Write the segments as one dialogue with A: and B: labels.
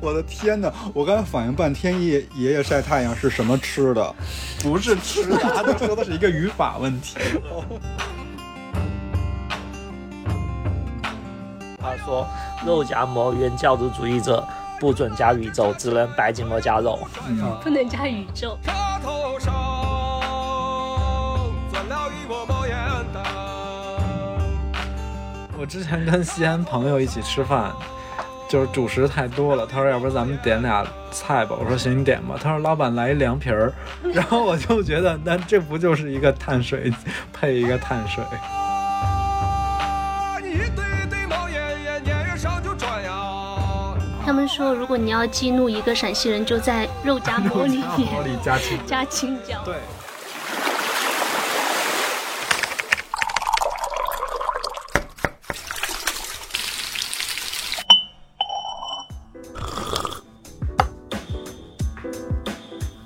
A: 我的天哪！我刚才反应半天，爷爷爷晒太阳是什么吃的？
B: 不是吃的，他说的是一个语法问题。
C: 他说，肉夹馍原教旨主义者不准加宇宙，只能白吉馍加肉。
A: 嗯，
D: 不能加宇宙。
E: 他头上钻了一窝冒烟灯。
B: 我之前跟西安朋友一起吃饭，就是主食太多了，他说要不然咱们点俩菜吧，我说行，你点吧。他说老板来一凉皮儿， 然后我就觉得那这不就是一个碳水配一个碳水？
E: 啊，一堆一堆冒烟烟，粘人上就转呀。
D: 他们说，如果你要激怒一个陕西人，就在肉夹馍里
B: 锅
D: 面
B: 里啊加青。
D: 加青椒。
B: 对，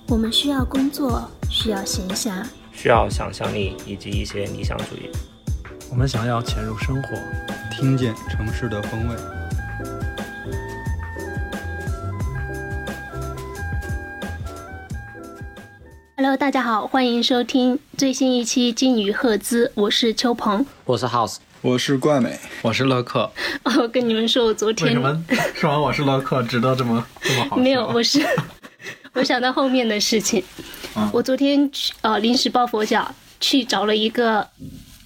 F: 我们需要工作，需要闲暇，
C: 需要想象力以及一些理想主义。
B: 我们想要潜入生活，
A: 听见城市的风味。
D: Hello，大家好，欢迎收听最新一期《金鱼赫兹》，我是秋鹏。
C: 我是 House，
A: 我是怪美，
B: 我是乐克。
D: 哦，跟你们说，我昨
B: 为
D: 天
B: 什么说完我是乐克，值得这么这么好笑？
D: 没有，我是我想到后面的事情。
B: 嗯
D: 我昨天去呃临时抱佛脚，去找了一个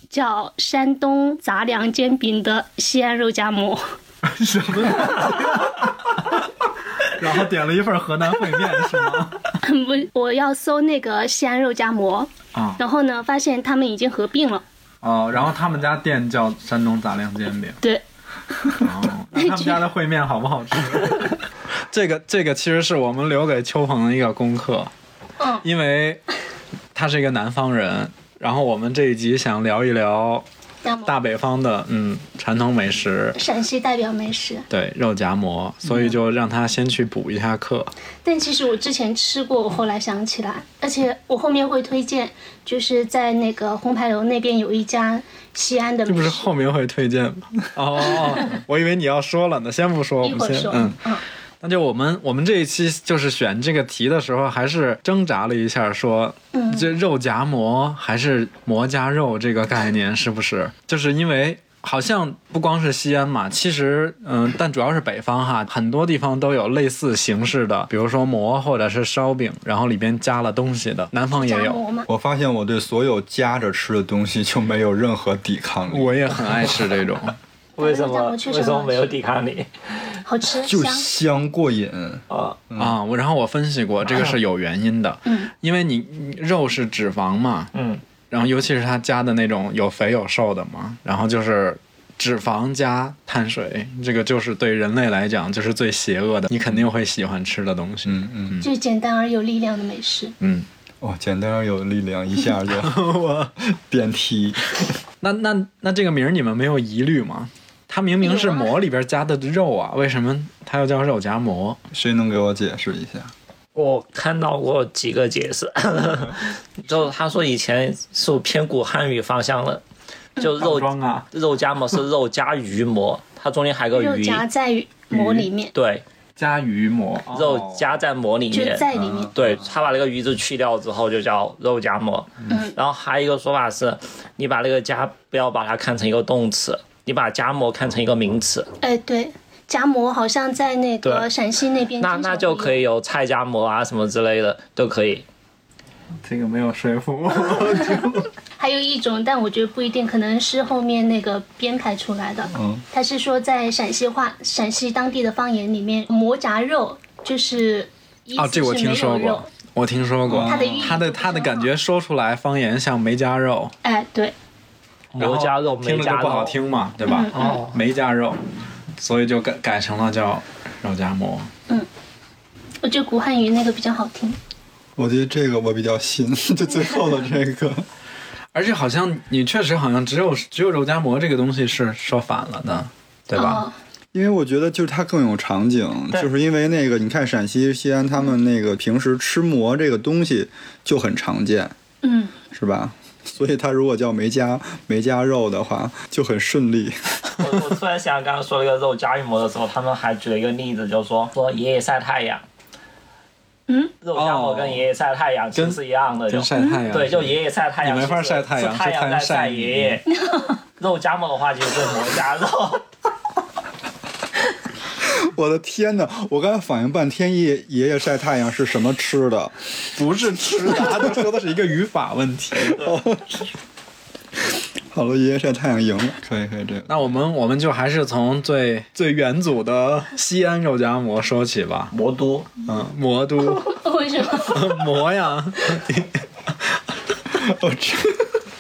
D: 叫山东杂粮煎饼的西安肉夹馍。
B: 什么？ 然后点了一份河南烩面是吗？
D: 不是，我要搜那个西安肉夹馍，
B: 啊、
D: 然后呢，发现他们已经合并了。
B: 哦，然后他们家店叫山东杂粮煎饼。
D: 对，
B: 哦，那他们家的烩面好不好吃？ 这个这个其实是我们留给秋鹏的一个功课，
D: 嗯
B: 因为他是一个南方人，然后我们这一集想聊一聊
D: 夹馍，
B: 大北方的嗯传统美食，
D: 陕西代表美食。
B: 对肉夹馍，所以就让他先去补一下课。
D: 但其实我之前吃过，我后来想起来，而且我后面会推荐，就是在那个红牌楼那边有一家西安的
B: 这不
D: 美
B: 是
D: 食。
B: 后面会推荐吗？哦，我以为你要说了呢，先不说，我
D: 一
B: 们
D: 会儿
B: 先
D: 说，
B: 嗯。
D: 嗯
B: 那就我们我们这一期就是选这个题的时候，还是挣扎了一下说，
D: 嗯
B: 这肉夹馍还是馍夹肉这个概念是不是？就是因为好像不光是西安嘛，其实嗯、但主要是北方哈，很多地方都有类似形式的，比如说馍或者是烧饼，然后里边加了东西的，南方也
D: 夹
B: 有。
D: 馍嘛，
A: 我发现我对所有夹着吃的东西就没有任何抵抗力，
B: 我也很爱吃这种，
C: 为什
D: 肉夹
C: 么
D: 馍
C: 为
D: 确实
C: 什么
D: 好吃
C: 没有抵抗力？
D: 好吃
A: 就
D: 香。
A: 香过瘾。
C: 啊，
B: 啊，我然后我分析过，这个是有原因的，
D: 嗯
B: 因为你你肉是脂肪嘛，
C: 嗯，
B: 然后尤其是他加的那种有肥有瘦的嘛，然后就是脂肪加碳水，这个就是对人类来讲就是最邪恶的，你肯定会喜欢吃的东西，
A: 嗯嗯，
D: 就是简单而有力量的美食。
B: 嗯。
A: 哦，简单而有力量，一下 就我电梯。
B: 那那那这个名儿你们没有疑虑吗？它明明是馍里边加的肉啊，为什么它要叫肉夹馍？
A: 谁能给我解释一下？
C: 我看到过几个解释，嗯 就他说以前是偏古汉语方向的，就肉
B: 装啊，
C: 肉夹馍是肉夹鱼馍，它中间还有个
D: 肉
C: 鱼，
D: 夹在馍里面，
C: 对，
B: 加鱼馍，哦
C: 肉夹在馍里
D: 就是
C: 面。
D: 在里面。
C: 对他把那个鱼字去掉之后，就叫肉夹馍。
D: 嗯，
C: 然后还有一个说法是，你把那个夹不要把它看成一个动词，你把夹馍看成一个名词，
D: 哎，对，夹馍好像在那个
C: 对
D: 陕西那边经
C: 那
D: 常
C: 那就可以有菜夹馍啊什么之类的都可以。
B: 这个没有说服我。
D: 还有一种，但我觉得不一定，可能是后面那个编排出来的。
A: 嗯，
D: 他是说在陕西话、陕西当地的方言里面，馍夹肉就是意
B: 哦，
D: 思
B: 这我
D: 是
B: 听
D: 没有
B: 说
D: 肉。
B: 过，我听说过。
D: 它的寓意
B: 他的
D: 就不
B: 他的
D: 是
B: 感
D: 肉
B: 觉说出来方言像梅夹肉，
D: 哎，对，
C: 油加肉
B: 听
C: 梅
B: 着就
C: 加
B: 不好
C: 肉
B: 听嘛，对吧？
C: 哦，
B: 梅夹肉，所以就改改成了叫肉夹馍。
D: 我觉得古汉语那个比较好听。
A: 我觉得这个我比较信，就最后的这个。
B: 而且好像你确实好像只有只有肉夹馍这个东西是说反了的，对吧？
D: 哦，
A: 因为我觉得就是它更有场景，
B: 对
A: 就是因为那个你看陕西西安他们那个平时吃馍这个东西就很常见，
D: 嗯，
A: 是吧？ 所以它如果叫梅加梅加肉的话，就很顺利。
C: 我我突然想，刚刚说那个肉夹芋馍的时候，他们还举了一个例子，就是说说爷爷晒太阳。
D: 嗯，
C: 肉夹馍哦跟爷爷晒太阳其实是一样的，嗯
B: 跟晒太阳。
C: 对，就爷爷晒太阳，
B: 你没法
C: 其实
B: 晒太阳
C: 是太
B: 是太
C: 阳
B: 阳
C: 在
B: 晒
C: 晒
B: 你
C: 爷爷。 肉夹馍的话就是馍夹肉，
A: 我的天哪！我刚才反应半天，爷爷爷晒太阳是什么吃的？
B: 不是吃的，他就说的是一个语法问题。
A: 好了，爷爷晒太阳赢了，可以可以，这个
B: 那我们我们就还是从最最元祖的西安肉夹馍说起吧。
C: 魔都。
B: 嗯，魔都
D: 哦 为什么？
B: 馍啊 呀，
A: 我吃。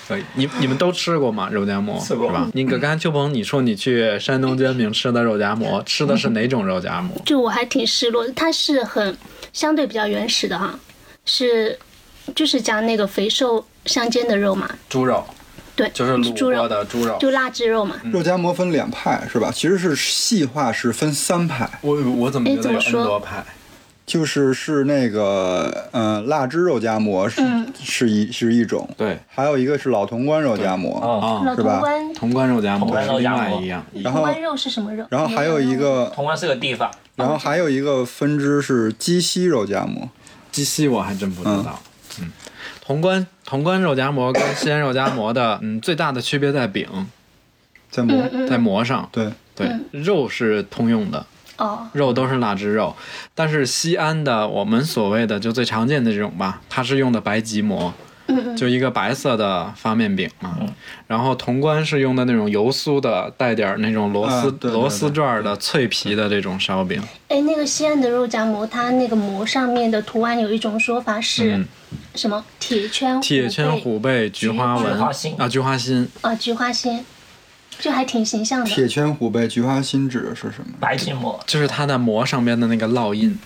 B: 可以你你们都哦吃过嗯吗？肉夹馍
C: 吃过
B: 是吧？那个刚才秋鹏你说你去山东煎饼吃的肉夹馍，吃的是哪种肉夹馍？
D: 就我还挺失落的，它是很相对比较原始的哈，是就是夹那个肥瘦相间的肉嘛，
B: 猪肉，
D: 对，
B: 就是
D: 猪
B: 卤过
D: 肉，
B: 的猪肉。
D: 就腊汁肉嘛。
A: 肉夹馍分两派是吧？其实是细化是分三派，
B: 我我怎么
D: 哎
B: 觉得
D: 怎
B: 有
D: 么
B: N
D: 说
B: 多派？
A: 就是是那个呃腊汁肉夹馍是、是一是一种，
B: 对，
A: 还有一个是老潼关肉夹馍，
C: 哦，
B: 啊，
A: 老是吧潼
D: 关
B: 潼关肉夹
C: 潼
B: 馍
C: 关
B: 是
C: 肉
B: 另
C: 夹
B: 外
C: 馍
B: 一样，
A: 然后
D: 肉是什么肉？
A: 然后还有一个，
C: 潼关是个地方，
A: 然后还有一个分支是鸡西肉夹馍，
B: 鸡西我还真不知道。嗯，潼关潼关肉夹馍跟西安肉夹馍的嗯最大的区别在饼，
D: 嗯
A: 在馍、
B: 在馍上。
A: 对。
B: 对，肉是通用的，
D: 哦，
B: 肉都是腊汁肉，但是西安的我们所谓的就最常见的这种吧，它是用的白吉馍，就一个白色的发面饼嘛。
A: 嗯
B: 然后潼关是用的那种油酥的，带点儿那种螺丝、
A: 啊对对
B: 螺丝转儿的脆皮的这种烧饼。
D: 哎，那个西安的肉夹馍，它那个馍上面的图案有一种说法是
B: 嗯，
D: 什么铁圈虎
B: 铁圈
D: 背
B: 虎背菊花
D: 菊
B: 纹
C: 花心
B: 啊，菊花心，
D: 啊，菊花心，就还挺形象的。
A: 铁圈虎背菊花心指的是什么？
C: 白吉馍。
B: 就是它在馍上边的那个烙印。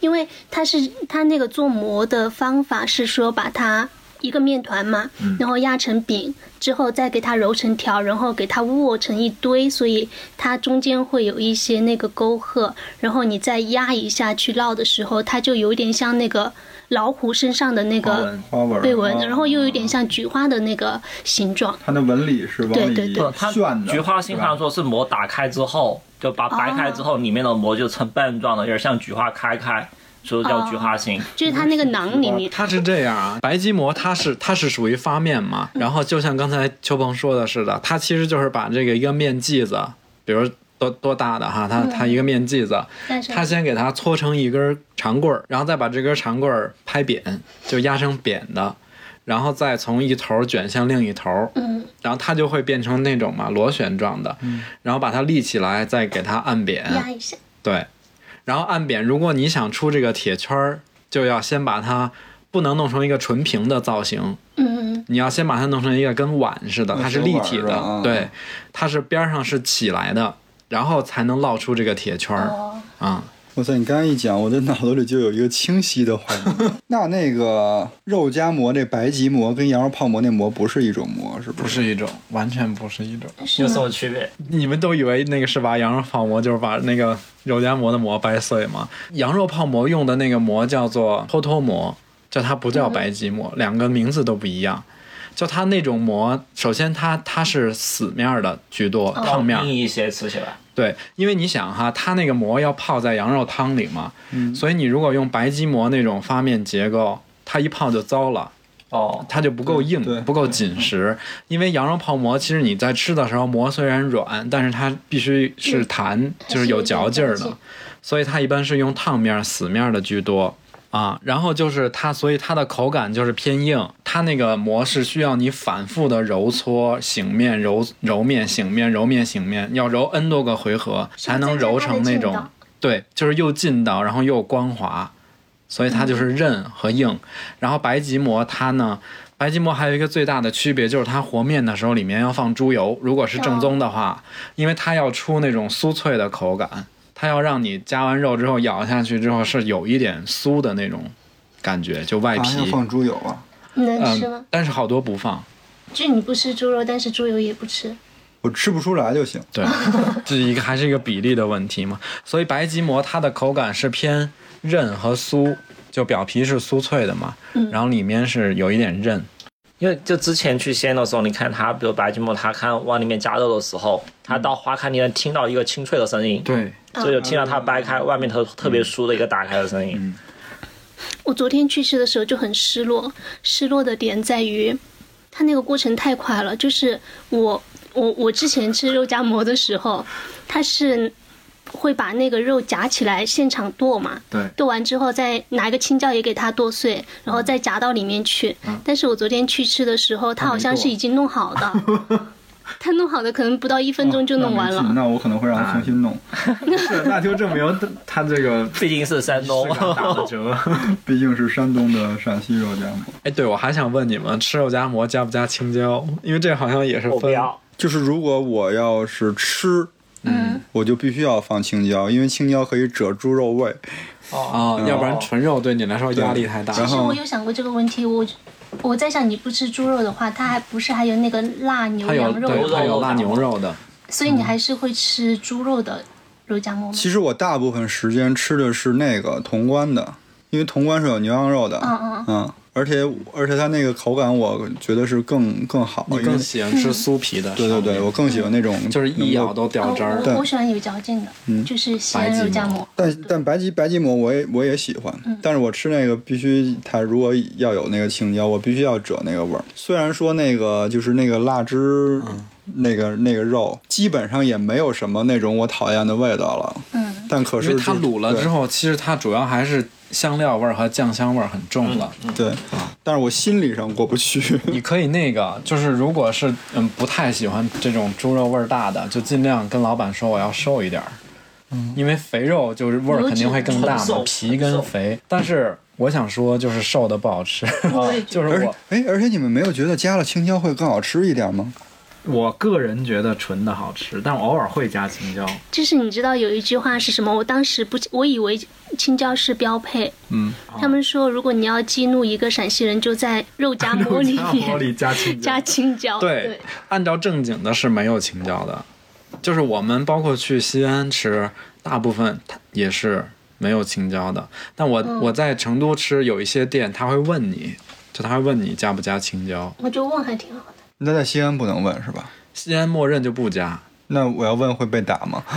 D: 因为它是它那个做馍的方法是说把它一个面团嘛，然后压成饼，之后再给它揉成条，然后给它握成一堆，所以它中间会有一些那个沟壑，然后你再压一下去烙的时候，它就有点像那个老虎身上的那
B: 花
D: 个
B: 纹
A: 花纹，
D: 背纹，
A: 哦
D: 然后又有点像菊花的那个形状。
A: 它的纹理是往
D: 对
A: 里
D: 对对
C: 它
A: 旋的。
C: 菊花心好像说是膜打开之后，就把掰开之后，里面的膜就成瓣状的，有点像菊花开开，所以叫菊花心。
D: 就是它那个囊里面，
B: 它是这样啊，白吉馍它是它是属于发面嘛，
D: 嗯
B: 然后就像刚才秋鹏说的似的，它其实就是把这个一个面剂子，比如多多大的
D: 嗯
B: 哈，它它一个面剂子，
D: 但是
B: 它先给它搓成一根长棍儿，然后再把这根长棍儿拍扁，就压成扁的。然后再从一头卷向另一头，
D: 嗯，
B: 然后它就会变成那种嘛螺旋状的，然后把它立起来，再给它按扁，
D: 压一下，
B: 对，然后按扁，如果你想出这个铁圈儿，就要先把它不能弄成一个纯平的造型，
D: 嗯嗯
B: 你要先把它弄成一个跟碗似的，
A: 嗯
B: 它是嗯立体
A: 手
B: 的，
A: 腕儿啊
B: 对，它是边儿上是起来的，然后才能烙出这个铁圈
D: 嗯，
B: 儿
D: 哦，
B: 啊、
A: 哇塞，你刚才一讲，我的脑子里就有一个清晰的画 面。那那个肉夹馍那白吉馍跟羊肉泡馍那馍不是一种馍，是不
B: 不
A: 是？
B: 是一种，完全不是一种。
C: 有
D: 是
C: 什
D: 吗？
C: 么区别？
B: 你们都以为那个是把羊肉泡馍，就是把那个肉夹馍的馍掰碎吗？羊肉泡馍用的那个馍叫做脱脱馍，就它不叫白吉馍，两个名字都不一样。就它那种馍，首先它它是死面儿的居多，烫面儿
C: 硬一些吃起来。
B: 对，因为你想哈，它那个馍要泡在羊肉汤里嘛，所以你如果用白吉馍那种发面结构，它一泡就糟了。
C: 哦，
B: 它就不够
A: 对
B: 硬，不够紧实。因为羊肉泡馍，其实你在吃的时候，馍虽然软，但是它必须是弹，嗯就是有嚼劲儿
D: 还是有嚼
B: 的
D: 劲，
B: 所以它一般是用烫面儿、死面儿的居多啊。然后就是它，所以它的口感就是偏硬。它那个馍是需要你反复的揉搓、醒面、揉揉面、醒面、揉面、醒面，要揉 n 多个回合才能揉成那
D: 是不是在它的劲
B: 种
D: 道。
B: 对，就是又劲道，然后又光滑，所以它就是韧和硬。然后白吉馍它呢，白吉馍还有一个最大的区别就是它和面的时候里面要放猪油，如果是正宗的话，
D: 啊
B: 因为它要出那种酥脆的口感，它要让你夹完肉之后咬下去之后是有一点酥的那种感觉，就外
A: 啊，要
B: 皮。
A: 放猪油啊！
D: 能吃
B: 嗯
D: 吗？，
B: 但是好多不放，
D: 就你不吃猪肉，但是猪油也不吃。
A: 我吃不出来就行。
B: 对，这一个还是一个比例的问题嘛。所以白吉馍它的口感是偏
D: 嗯
B: 韧和酥，就表皮是酥脆的嘛，然后里面是有一点韧。
C: 因为就之前去西安的时候，你看他，比如白吉姆，他看往里面加热的时候，他到花开，你能听到一个清脆的声音，
B: 对，
C: 就有听到它掰开外面特特别酥的一个打开的声音。
D: 我昨天去世的时候就很失落，失落的点在于，它那个过程太快了。就是我我我之前吃肉夹馍的时候，它是会把那个肉夹起来现场剁嘛，
B: 对嗯
D: 剁完之后再拿一个青椒也给它剁碎，然后再夹到里面去。但是我昨天去吃的时候，它好像是已经弄好的， 它弄好的可能不到一分钟就弄完
B: 哦
A: 那没劲
D: 了。
A: 那我可能会让他重新弄，
B: 啊 是，那就证明他这个
C: 毕竟是山东，
A: 哦
B: 折。
A: 毕竟是山东的陕西肉夹馍。
B: 哎，对，我还想问你们，吃肉夹馍加不加青椒？因为这好像也是
C: 我不
B: 分。
C: 要。
A: 就是如果我要是吃，嗯，我就必须要放青椒，因为青椒可以遮猪肉味。
B: 啊、
A: 嗯
B: 要不然
C: 哦
B: 纯肉对你来说压力太大。
A: 然
D: 其实
A: 后
D: 我有想过这个问题，我我在想，你不吃猪肉的话，它还不是还有那个辣牛
B: 它有
D: 羊肉
B: 对，
C: 肉
B: 它有
C: 肉
B: 辣牛肉的。
D: 所以你还是会吃猪肉的肉夹馍吗？
A: 其实我大部分时间吃的是那个潼关的，因为潼关是有牛羊肉的，
D: 嗯
A: 嗯而且而且它那个口感我觉得是更更好，
B: 你
A: 因为
B: 更喜欢吃酥皮 的？
A: 对对对，我更喜欢那种
B: 就是一
A: 能
B: 咬
A: 够。
B: 都掉汁儿。
D: 哦我我喜欢有嚼劲的，就是西安肉夹馍。
A: 但但白吉白吉馍我也我也喜欢，但是我吃那个必须它如果要有那个青椒，我必须要褶那个味儿。虽然说那个就是那个腊汁，
B: 嗯
A: 那个那个肉基本上也没有什么那种我讨厌的味道了，
D: 嗯，
A: 但可
B: 因
A: 是
B: 为它
A: 就
B: 卤了
A: 对
B: 之后，其实它主要还是香料味儿和酱香味儿很重了。
A: 对，但是我心理上过不去。
B: 啊你可以那个，就是如果是嗯不太喜欢这种猪肉味儿大的，就尽量跟老板说我要瘦一点儿，
G: 嗯
B: 因为肥肉就是味儿肯定会更大
C: 油脂
B: 嘛
C: 很，
B: 皮跟肥。但是我想说，就是瘦的不好吃， 就是
A: 而
B: 我
A: 哎，而且你们没有觉得加了青椒会更好吃一点吗？
G: 我个人觉得纯的好吃，但我偶尔会加青 椒。
D: 就是你知道有一句话是什么？我当时不，我以为青椒是标配。
B: 嗯，
D: 他们说如果你要激怒一个陕西人，就在肉夹馍 里
G: 肉夹馍里
D: 面
G: 加青椒，
D: 加青椒。
B: 对
D: 对，，
B: 按照正经的是没有青椒的，就是我们包括去西安吃，大部分它也是没有青椒的。但我、我在成都吃有一些店，他会问你，就他会问你加不加青椒，
D: 我就问还挺好的。
A: 那在西安不能问是吧？
B: 西安默认就不加。
A: 那我要问会被打 吗？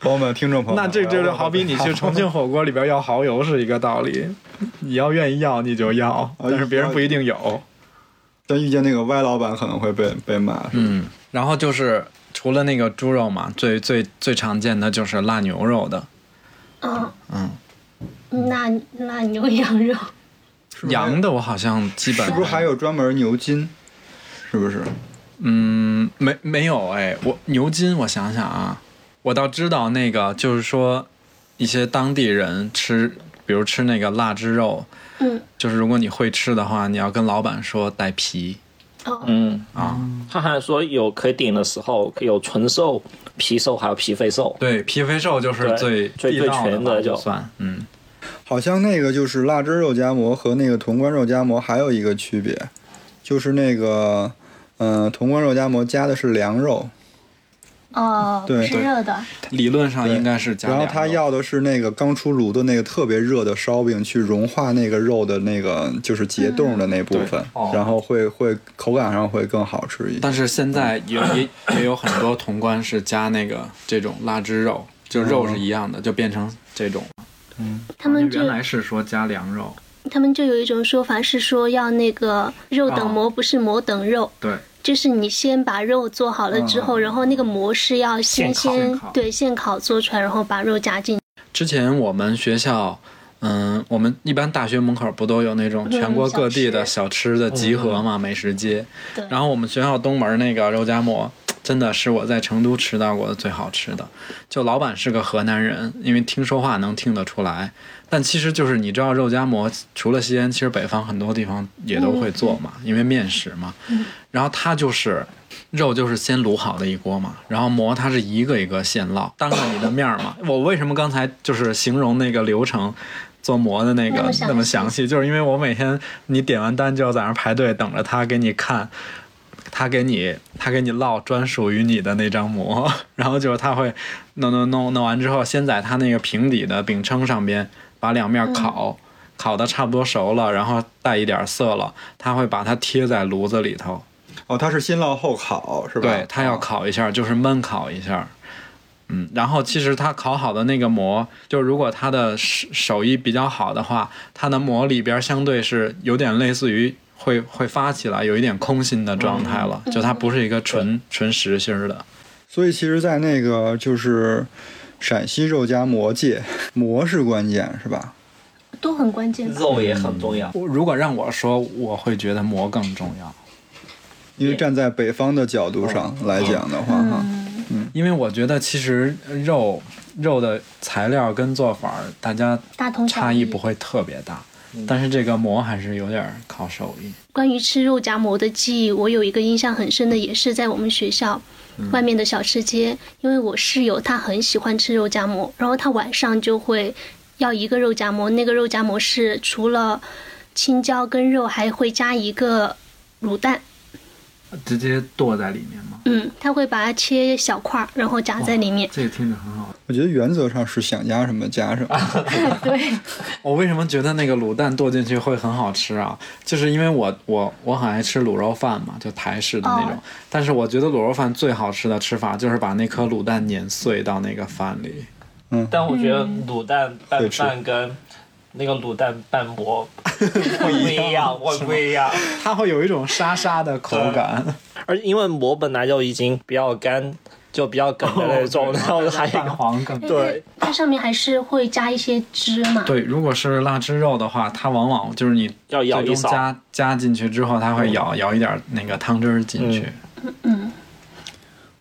A: 朋友们，听众朋友们，
B: 那这这
A: 我要
B: 就
A: 问
B: 好比你去重庆火锅里边要蚝油是一个道理，你要愿意要你就
A: 啊
B: 要，但是别人不一定有。
A: 但遇见那个歪老板可能会被被骂。是吧
B: 嗯，然后就是除了那个猪肉嘛，最最最常见的就是辣牛肉的，
D: 嗯嗯，那那牛羊肉，
B: 羊的我好像基本
A: 是不是还有专门牛筋？是不是？
B: 嗯，没没有哎，我牛筋，我想想啊，我倒知道那个，就是说一些当地人吃，比如吃那个腊汁肉，
D: 嗯，
B: 就是如果你会吃的话，你要跟老板说带皮
D: 哦，
C: 嗯，
B: 啊，
C: 他还说有可以顶的时候，有纯瘦、皮瘦还有皮肥瘦。
B: 对，皮肥瘦就是
C: 对
B: 最
C: 最
B: 地
C: 最
B: 道
C: 全的
B: 吧
C: 就
B: 就算，嗯，
A: 好像那个就是腊汁肉夹馍和那个潼关肉夹馍还有一个区别，就是那个，嗯，潼关肉夹馍加的是凉肉，
D: 哦，
A: 对
D: 是热的，
B: 理论上应该是加
A: 然后
B: 凉
A: 他
B: 肉
A: 要的是那个刚出炉的那个特别热的烧饼，去融化那个肉的那个就是结冻的那部分，
B: 哦
A: 然后会会口感上会更好吃一点。
B: 但是现在有也也有很多潼关是加那个这种腊汁肉，就肉是一样的，就变成这种，
D: 他们就
G: 原来是说加凉肉，
D: 他们就有一种说法是说要那个肉等馍，不是馍等肉。
G: 对，
D: 就是你先把肉做好了之后，然后那个馍是要先
C: 现烤
D: 先
G: 现烤
D: 对现烤做出来，然后把肉夹进。
B: 之前我们学校，嗯，我们一般大学门口不都有那种全国各地的小吃嗯的集合嘛，美食街。
D: 对
B: 然后我们学校东门那个肉夹馍，真的是我在成都吃到过的最好吃的。就老板是个河南人，因为听说话能听得出来。但其实就是你知道，肉夹馍除了西安，其实北方很多地方也都会做
D: 嗯
B: 嘛，因为面食嘛。然后它就是肉就是先卤好的一锅嘛，然后馍它是一个一个现烙，当着你的面 儿嘛。我为什么刚才就是形容那个流程？做馍的那个
D: 那么详细
B: 那么详细，就是因为我每天你点完单就要在那儿排队等着他给你看，他给你他给你烙专属于你的那张膜， 然后就是他会弄弄弄弄完之后，先在他那个平底的饼铛上边把两面烤，烤的差不多熟了，然后带一点色了，他会把它贴在炉子里头，
A: 哦，它是先烙后烤是吧？
B: 对，它要
A: 哦
B: 烤一下，就是焖烤一下。嗯，然后其实它烤好的那个膜，就如果它的手手艺比较好的话，它的膜里边相对是有点类似于会会发起来，有一点空心的状态了，就它不是一个纯纯实心儿的。
A: 所以其实，在那个就是陕西肉夹馍界，馍是关键是吧？
D: 都很关键吧。
C: 肉也很重要。
B: 我如果让我说，我会觉得膜更重要，
A: 因为站在北方的角度上来讲的话，哈、
B: 因为我觉得其实肉肉的材料跟做法儿大家
D: 大同小
B: 嗯差异
D: 异
B: 不会特别大，但是这个膜还是有点儿靠手艺。
D: 关于吃肉夹馍的记忆，我有一个印象很深的，也是在我们学校外面的小吃街，因为我室友他很喜欢吃肉夹馍，然后他晚上就会要一个肉夹馍，那个肉夹馍是除了青椒跟肉，还会加一个卤蛋。
G: 直接剁在里面吗？
D: 嗯，他会把它切小块儿，然后夹在里面。
G: 这个听着很好，
A: 我觉得原则上是想加什么加什么。
B: 我为什么觉得那个卤蛋剁进去会很好吃啊？就是因为我我我很爱吃卤肉饭嘛，就台式的那种。
D: 哦
B: 但是我觉得卤肉饭最好吃的吃法就是把那颗卤蛋碾碎到那个饭里。
C: 但我觉得卤蛋拌
A: 会吃
C: 饭跟那个卤蛋拌 馍不一样，我不一样。
B: 它会有一种沙沙的口感。
C: 而因为馍本来就已经比较干，就比较梗的那 种，然后还
G: 蛋黄更
C: 对，
D: 它上面还是会加一些芝麻。
B: 对，如果是腊汁肉的话，它往往就是你
C: 要舀
B: 最
C: 一
B: 终
C: 勺。
B: 加加进去之后，它会舀舀一点那个汤汁儿进去。
D: 嗯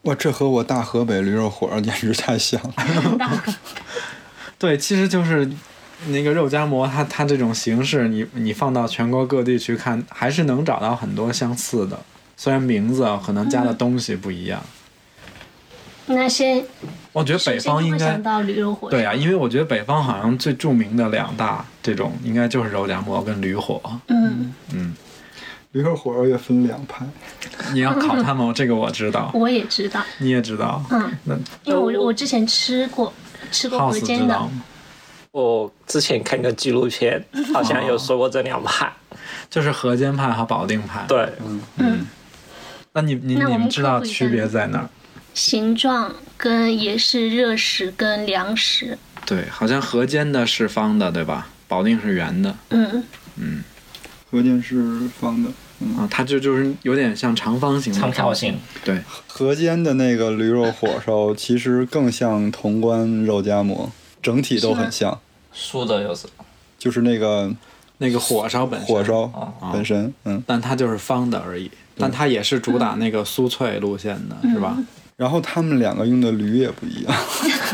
A: 哇，这和我大河北驴肉火烧简直太像了。
B: 对，其实就是那个肉夹馍，它它这种形式，你你放到全国各地去看，还是能找到很多相似的，虽然名字啊可能
D: 嗯
B: 加的东西不一样。
D: 那先
B: 我觉得
D: 首
B: 北
D: 先
B: 方
D: 就
B: 应
D: 会
B: 该
D: 想到驴肉火烧。
B: 对啊，因为我觉得北方好像最著名的两大这种，应该就是肉夹馍跟驴火。
D: 嗯，
A: 驴肉火烧也分两派，
B: 你要烤 它吗？这个我知道，
D: 我也知道。
B: 你也知道。
D: 嗯，
B: 那
D: 因为我我之前吃过吃过河
B: House
D: 间
B: 知
D: 的
B: 道，吗？
C: 我之前看个纪录片，好像有说过这两 派。
B: 就是河间派和保定派。，
C: 对，
B: 那你你
D: 那我
B: 你
D: 们
B: 们知
D: 科
B: 道
D: 普一下
B: 区别在哪儿？
D: 形状跟也是热食跟凉食，
B: 对，好像河间的是方的，对吧？保定是圆的。
D: 嗯，
A: 河间是方的。
B: 啊，它就就是有点像长方形的
C: 长
B: 方
C: 条形。
B: 对，
A: 河间的那个驴肉火烧其实更像潼关肉夹馍，整体都很像，
C: 竖的又是
A: 就是那个
B: 那个火烧本身
A: 火，烧本身。嗯，
B: 但它就是方的而已。但它也是主打那个酥脆路线的，
D: 嗯
B: 是吧？
A: 然后他们两个用的驴也不一样。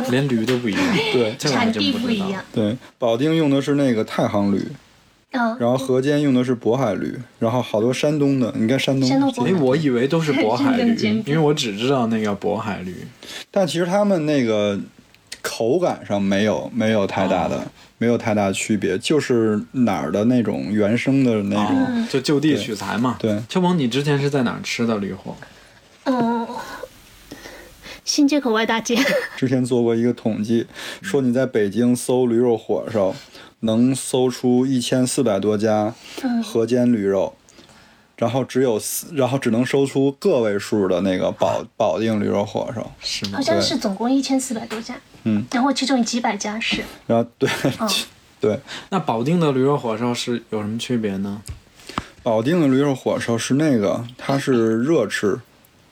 B: 连驴都不一样。
A: 对
B: 这个我还
D: 产
B: 真
D: 地
B: 不
D: 不
B: 知
D: 一
B: 道
D: 样。。
A: 对，保定用的是那个太行驴，
D: 嗯，
A: 然后河间用的是渤海驴，然后好多山东的，你看山东，
D: 山东渤
B: 哎，
D: 海
B: 我以为都是渤海
D: 真
B: 驴
D: 的真，的
B: 因为我只知道那个渤海驴。
A: 但其实他们那个口感上没有没有太大
D: 哦
A: 的、没有太大区别，就是哪儿的那种原生的那种。
B: 哦，就就地取材嘛。
A: 嗯对
B: 秋鹏，你之前是在哪儿吃的驴火？
D: 嗯， 新街口外大 街，
A: 之前做过一个统计，
D: 嗯
A: 说你在北京搜驴肉火烧，能搜出一千四百多家
D: 嗯
A: 河间驴肉。然后只有四，然后只能搜出个位数的那个保保定驴肉火烧，
B: 是吗
D: 好？像是总共一千四百多家，
A: 嗯，
D: 然后其中有几百家是，
A: 然后对、
D: 嗯
A: 对，
B: 那保定的驴肉火烧是有什么区别呢？
A: 保定的驴肉火烧是那个，它是热吃，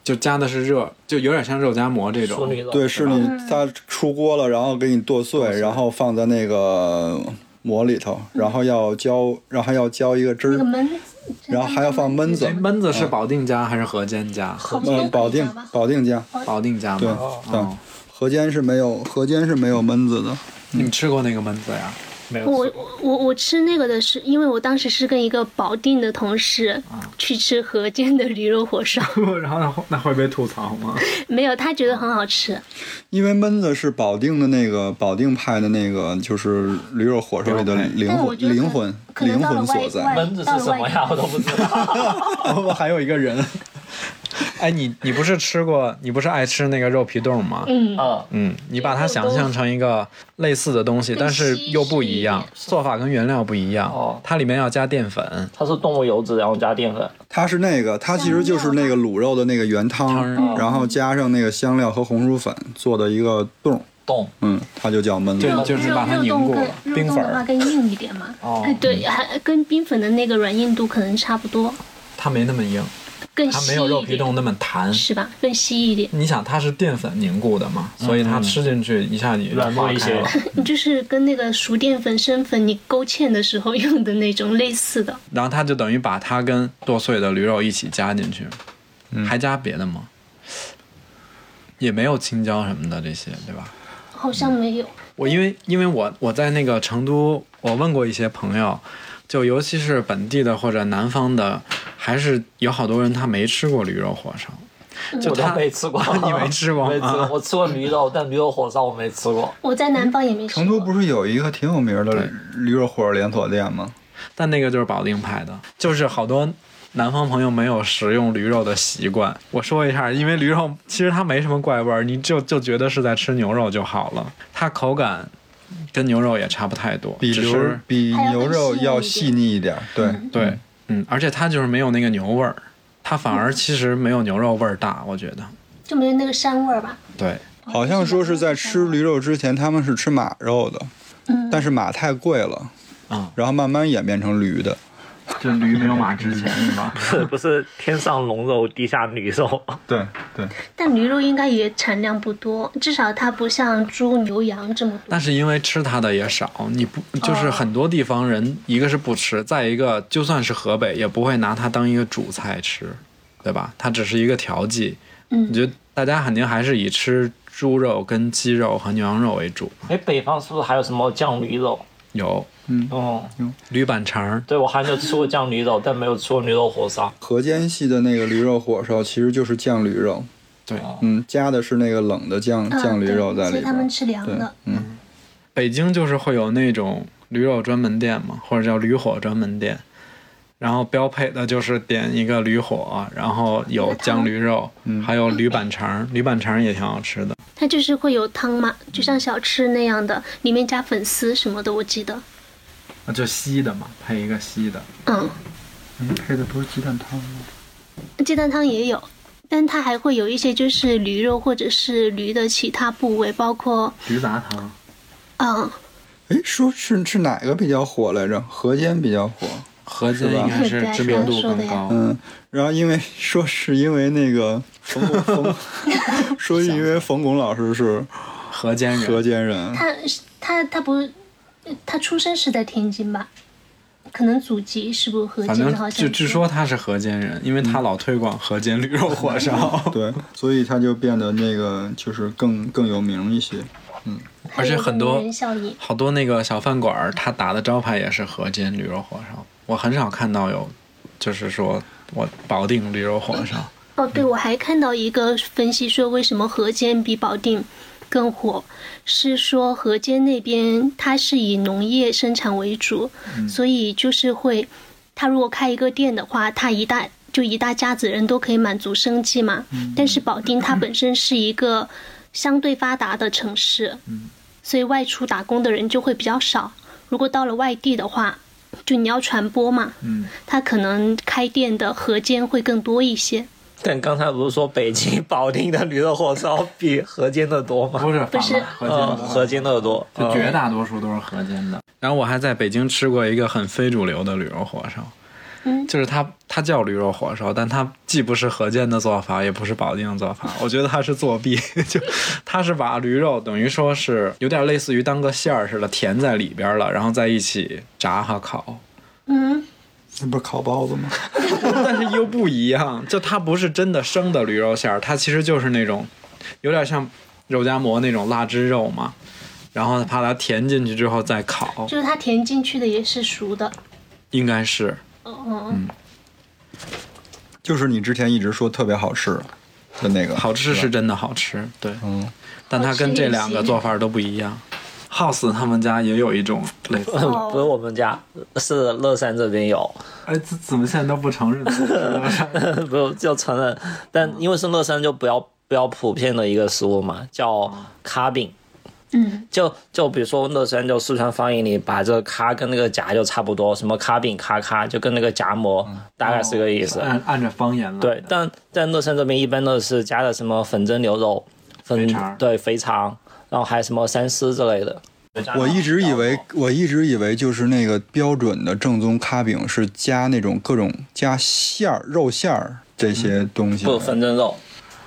B: 就加的是热，就有点像肉夹馍这
C: 淑
B: 种
C: 女。肉，
A: 对，是你
D: 嗯
A: 它出锅了，然后给你剁碎，然后放在那个馍里头，然后要浇，然后要浇一个汁
D: 那个
A: 儿，
D: 焖，
A: 然后还要放焖子
B: 哎，。焖
C: 嗯
B: 子是保定家还是河间家？
A: 嗯，保定保定家，
D: 哦
B: 保定家
A: 对
B: 吗？哦
A: 对，河间是没有河间是没有焖子的。
B: 你们吃过那个焖子呀？
C: 没有
D: 我
C: 吃过。
D: 我我我吃那个的是，因为我当时是跟一个保定的同事
B: 啊
D: 去吃河间的驴肉 火烧，
B: 然后那会那会被吐槽吗？
D: 没有，他觉得很好吃，
A: 因为焖子是保定的那个保定派的那个，就是驴肉火烧里的灵
D: 但我
A: 魂
D: 觉得可
A: 灵魂
D: 可能
A: 灵
D: 到了
A: 魂所
D: 外
A: 在。
D: 外
B: 啊
A: 哦
C: 蚊子是什么呀？我都不知道。
B: 我还有一个人， 哎，你你不是吃过，你不是爱吃那个肉皮冻吗？
D: 嗯，
C: 啊，
B: 嗯，你把它想象成一个类似的东西，
D: 更
B: 但是又不一样
D: 稀，
B: 做法跟原料不一样。
C: 哦
B: 它里面要加淀粉
C: 它是动物油脂，然后加淀粉。
A: 它是那个，它其实就是那个卤肉的那个原汤，
D: 嗯
B: 汤
A: 然后加上那个香料和红薯粉做的一个冻，
C: 冻
A: 嗯，它就叫焖
B: 对
A: 冻。
B: 就是把它
F: 肉
B: 凝
F: 冻
B: 固
F: 跟肉
B: 冰
F: 冻
B: 粉
F: 的
B: 儿
F: 话更硬一点嘛。
B: 哦
D: 哎，对，还跟冰粉的那个软硬度可能差不多，
B: 它没那么硬，
D: 更
B: 它
D: 稀
B: 没有肉
D: 一
B: 皮
D: 点，
B: 冻那么弹。
D: 是吧？更稀 一点，
B: 你想，它是淀粉凝固的嘛，所以它吃进去一下也
C: 软
B: 化
C: 糯一
B: 开
C: 些
B: 了。
D: 就是跟那个熟淀粉、生粉你勾芡的时候 用的那种类似的。
B: 然后它就等于把它跟剁碎的驴肉一起加进去，
C: 嗯
B: 还加别的吗？也没有青椒什么的这些，对吧？
D: 好像没有，
B: 我因为因为我我在那个成都，我问过一些朋友，就尤其是本地的或者南方的，还是有好多人他没吃过驴肉火烧。就
C: 嗯我都
B: 它，
C: 没吃过
B: 你没吃过吗 啊
C: 没吃过。我吃过驴肉，但驴肉火烧我没吃过。
D: 我在南方也没吃
A: 成都不
D: 过。
A: 是有一个挺有名的
B: 对
A: 驴肉火烧连锁店吗？
B: 但那个就是保定派的，就是好多南方朋友没有食用驴肉的习惯。我说一下，因为驴肉其实它没什么怪味儿，你就就觉得是在吃牛肉就好了，它口感跟牛肉也差不太多，
A: 比
B: 只
A: 牛
B: 是
A: 比
D: 还要
A: 牛
D: 更
A: 肉
D: 细腻
A: 要
D: 一
A: 细
D: 点
A: 腻一点，对，
B: 对，嗯，而且它就是没有那个牛味儿，它反而其实没有牛肉味儿大，我觉得。
D: 就没有那个膻味儿吧？
B: 对，
A: 好像说是在吃驴肉之前，他们是吃马肉的，
D: 嗯
A: 但是马太贵了，
B: 啊
A: 然后慢慢演变成驴的，
G: 这驴没有马值钱是吧？
C: 是不是天上龙肉，地下驴肉？
A: 对对，
D: 但驴肉应该也产量不多，至少它不像猪、牛、羊这么多。
B: 但是因为吃它的也少，你不就是很多地方人，一个是不吃，再一个就算是河北也不会拿它当一个主菜吃，对吧？它只是一个调剂。
D: 嗯
B: 我觉得大家肯定还是以吃猪肉、跟鸡肉和牛羊肉为主。
C: 哎，北方是不是还有什么酱驴肉？
B: 有
C: 嗯，
B: 驴板肠儿，
C: 对，我还没有吃过酱驴肉，但没有吃过驴肉火烧。
A: 河间系的那个驴肉火烧其实就是酱驴肉，
B: 对，
A: 嗯，加的是那个冷的酱
D: 嗯
A: 酱驴
D: 对
A: 肉在
D: 所
A: 里
D: 以他们
A: 边，
D: 吃凉
A: 对
D: 的。，
A: 嗯，
B: 北京就是会有那种驴肉专门店嘛，或者叫驴火专门店，然后标配的就是点一个驴火，然后有酱驴肉，还有驴板肠，驴板肠也挺好吃的。
D: 它就是会有汤嘛，就像小吃那样的，里面加粉丝什么的，我记得。
G: 那啊就稀的嘛，配一个稀的。
D: 嗯，
A: 您配的不是鸡蛋汤吗？
D: 鸡蛋汤也有，但它还会有一些就是驴肉或者是驴的其他部位，包括
G: 驴杂汤，
D: 嗯，
A: 哎，说是是哪个比较火来着？河间比较火，
B: 河间应该是知名度更高，
A: 嗯，然后因为说是因为那个冯 巩，冯说是因为冯巩老师是
B: 河间
A: 河
B: 人。
A: 间人，
D: 他他他不，他出生是在天津吧？可能祖籍是不是河
B: 反
D: 间的？
B: 正
D: 好像
B: 就据说他是河间人，因为他老推广河间驴肉火 烧，
A: 嗯对，所以他就变得那个就是更更有名一些。
B: 而且很多
D: 人效应。
B: 好多那个小饭馆儿，他打的招牌也是河间驴肉火烧。我很少看到有，就是说我保定驴肉火烧。
D: 哦，对，我还看到一个分析说，为什么河间比保定更火，是说河间那边它是以农业生产为主，所以就是会，他如果开一个店的话，他一大就一大家子人都可以满足生计嘛。但是保定它本身是一个相对发达的城市，所以外出打工的人就会比较少。如果到了外地的话，就你要传播嘛，
G: 嗯，
D: 他可能开店的河间会更多一些。
C: 但刚才不是说北京保定的驴肉火烧比河间的多吗？
G: 不是，
D: 不是
G: 反了河间的
C: 呃，河间的多，
G: 就绝
C: 嗯
G: 大多数都是河间的。
B: 哦然后我还在北京吃过一个很非主流的驴肉火烧，
D: 嗯
B: 就是它它叫驴肉火烧，但它既不是河间的做法，也不是保定的做法， 我觉得它是作弊， 就它是把驴肉等于说是有点类似于当个馅儿似的填在里边了，然后在一起炸和烤，
D: 嗯，
A: 那不是烤包子吗？
B: 但是又不一样，就它不是真的生的驴肉馅儿，它其实就是那种有点像肉夹馍那种腊汁肉嘛，然后把它填进去之后再烤，
D: 就是它填进去的也是熟的。
B: 应该是。
D: 嗯，
A: 就是你之前一直说特别好吃的那个，
B: 好吃是真的好吃，对，
A: 嗯，
B: 但它跟这两个做法都不一样。 House 他们家也有 一种类似。
D: 哦
C: 不是我们家，是乐山这边有，
B: 哎，怎怎么现在都不承认？
C: 不是就承认，但因为是乐山，就比较比较普遍的一个食物嘛，叫卡饼。
D: 嗯，
C: 就就比如说乐山，就四川方言里把这个咖跟那个夹就差不多，什么卡饼、卡卡，就跟那个夹馍大概是个意思。
B: 按按着方言来。
C: 对，，但在乐山这边一般都是加了什么粉蒸牛肉、
B: 肥
C: 粉
B: 肠
C: 对肥肠，然后还有什么三丝之类的。
A: 我一直以为，我一直以为就是那个标准的正宗咖饼是加那种各种加馅儿、肉馅儿这
B: 嗯
A: 些东西的。
C: 不粉蒸肉，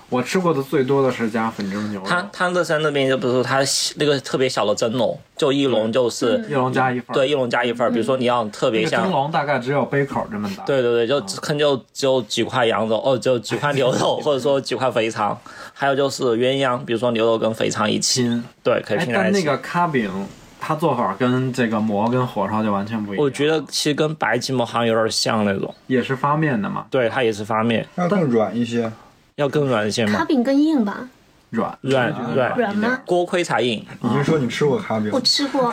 B: 我吃过的最多的是加粉蒸牛
C: 它
B: 肉，
C: 它乐山那边就比如说它那个特别小的蒸笼，就一笼就是、
B: 一笼加一份儿。
C: 对一笼加一份儿，比如说你要特
B: 嗯那
C: 别
B: 个蒸
C: 像。
B: 笼啊嗯大概只有杯口这么大。
C: 对对对，就可能就只有几块羊肉，哦，就几块牛肉，或者说几块肥肠，还有就是鸳鸯，比如说牛肉跟肥肠一起，
B: 筋。
C: 对，可以
B: 哎，
C: 拼在
B: 但
C: 一
B: 那
C: 起。
B: 个咖饼，它做法跟这个馍跟火烧就完全不一样。
C: 我觉得其实跟白吉馍好像有点像那种，
B: 也是发面的嘛，
C: 对，它也是发面，
A: 要更软一些。
C: 要更软一些
F: 卡
C: 嘛，
F: 饼更硬吧？
B: 软
C: 软软
F: 软吗？
C: 锅盔才嗯硬。
A: 你是说你吃过咖饼
F: 我？吃 过，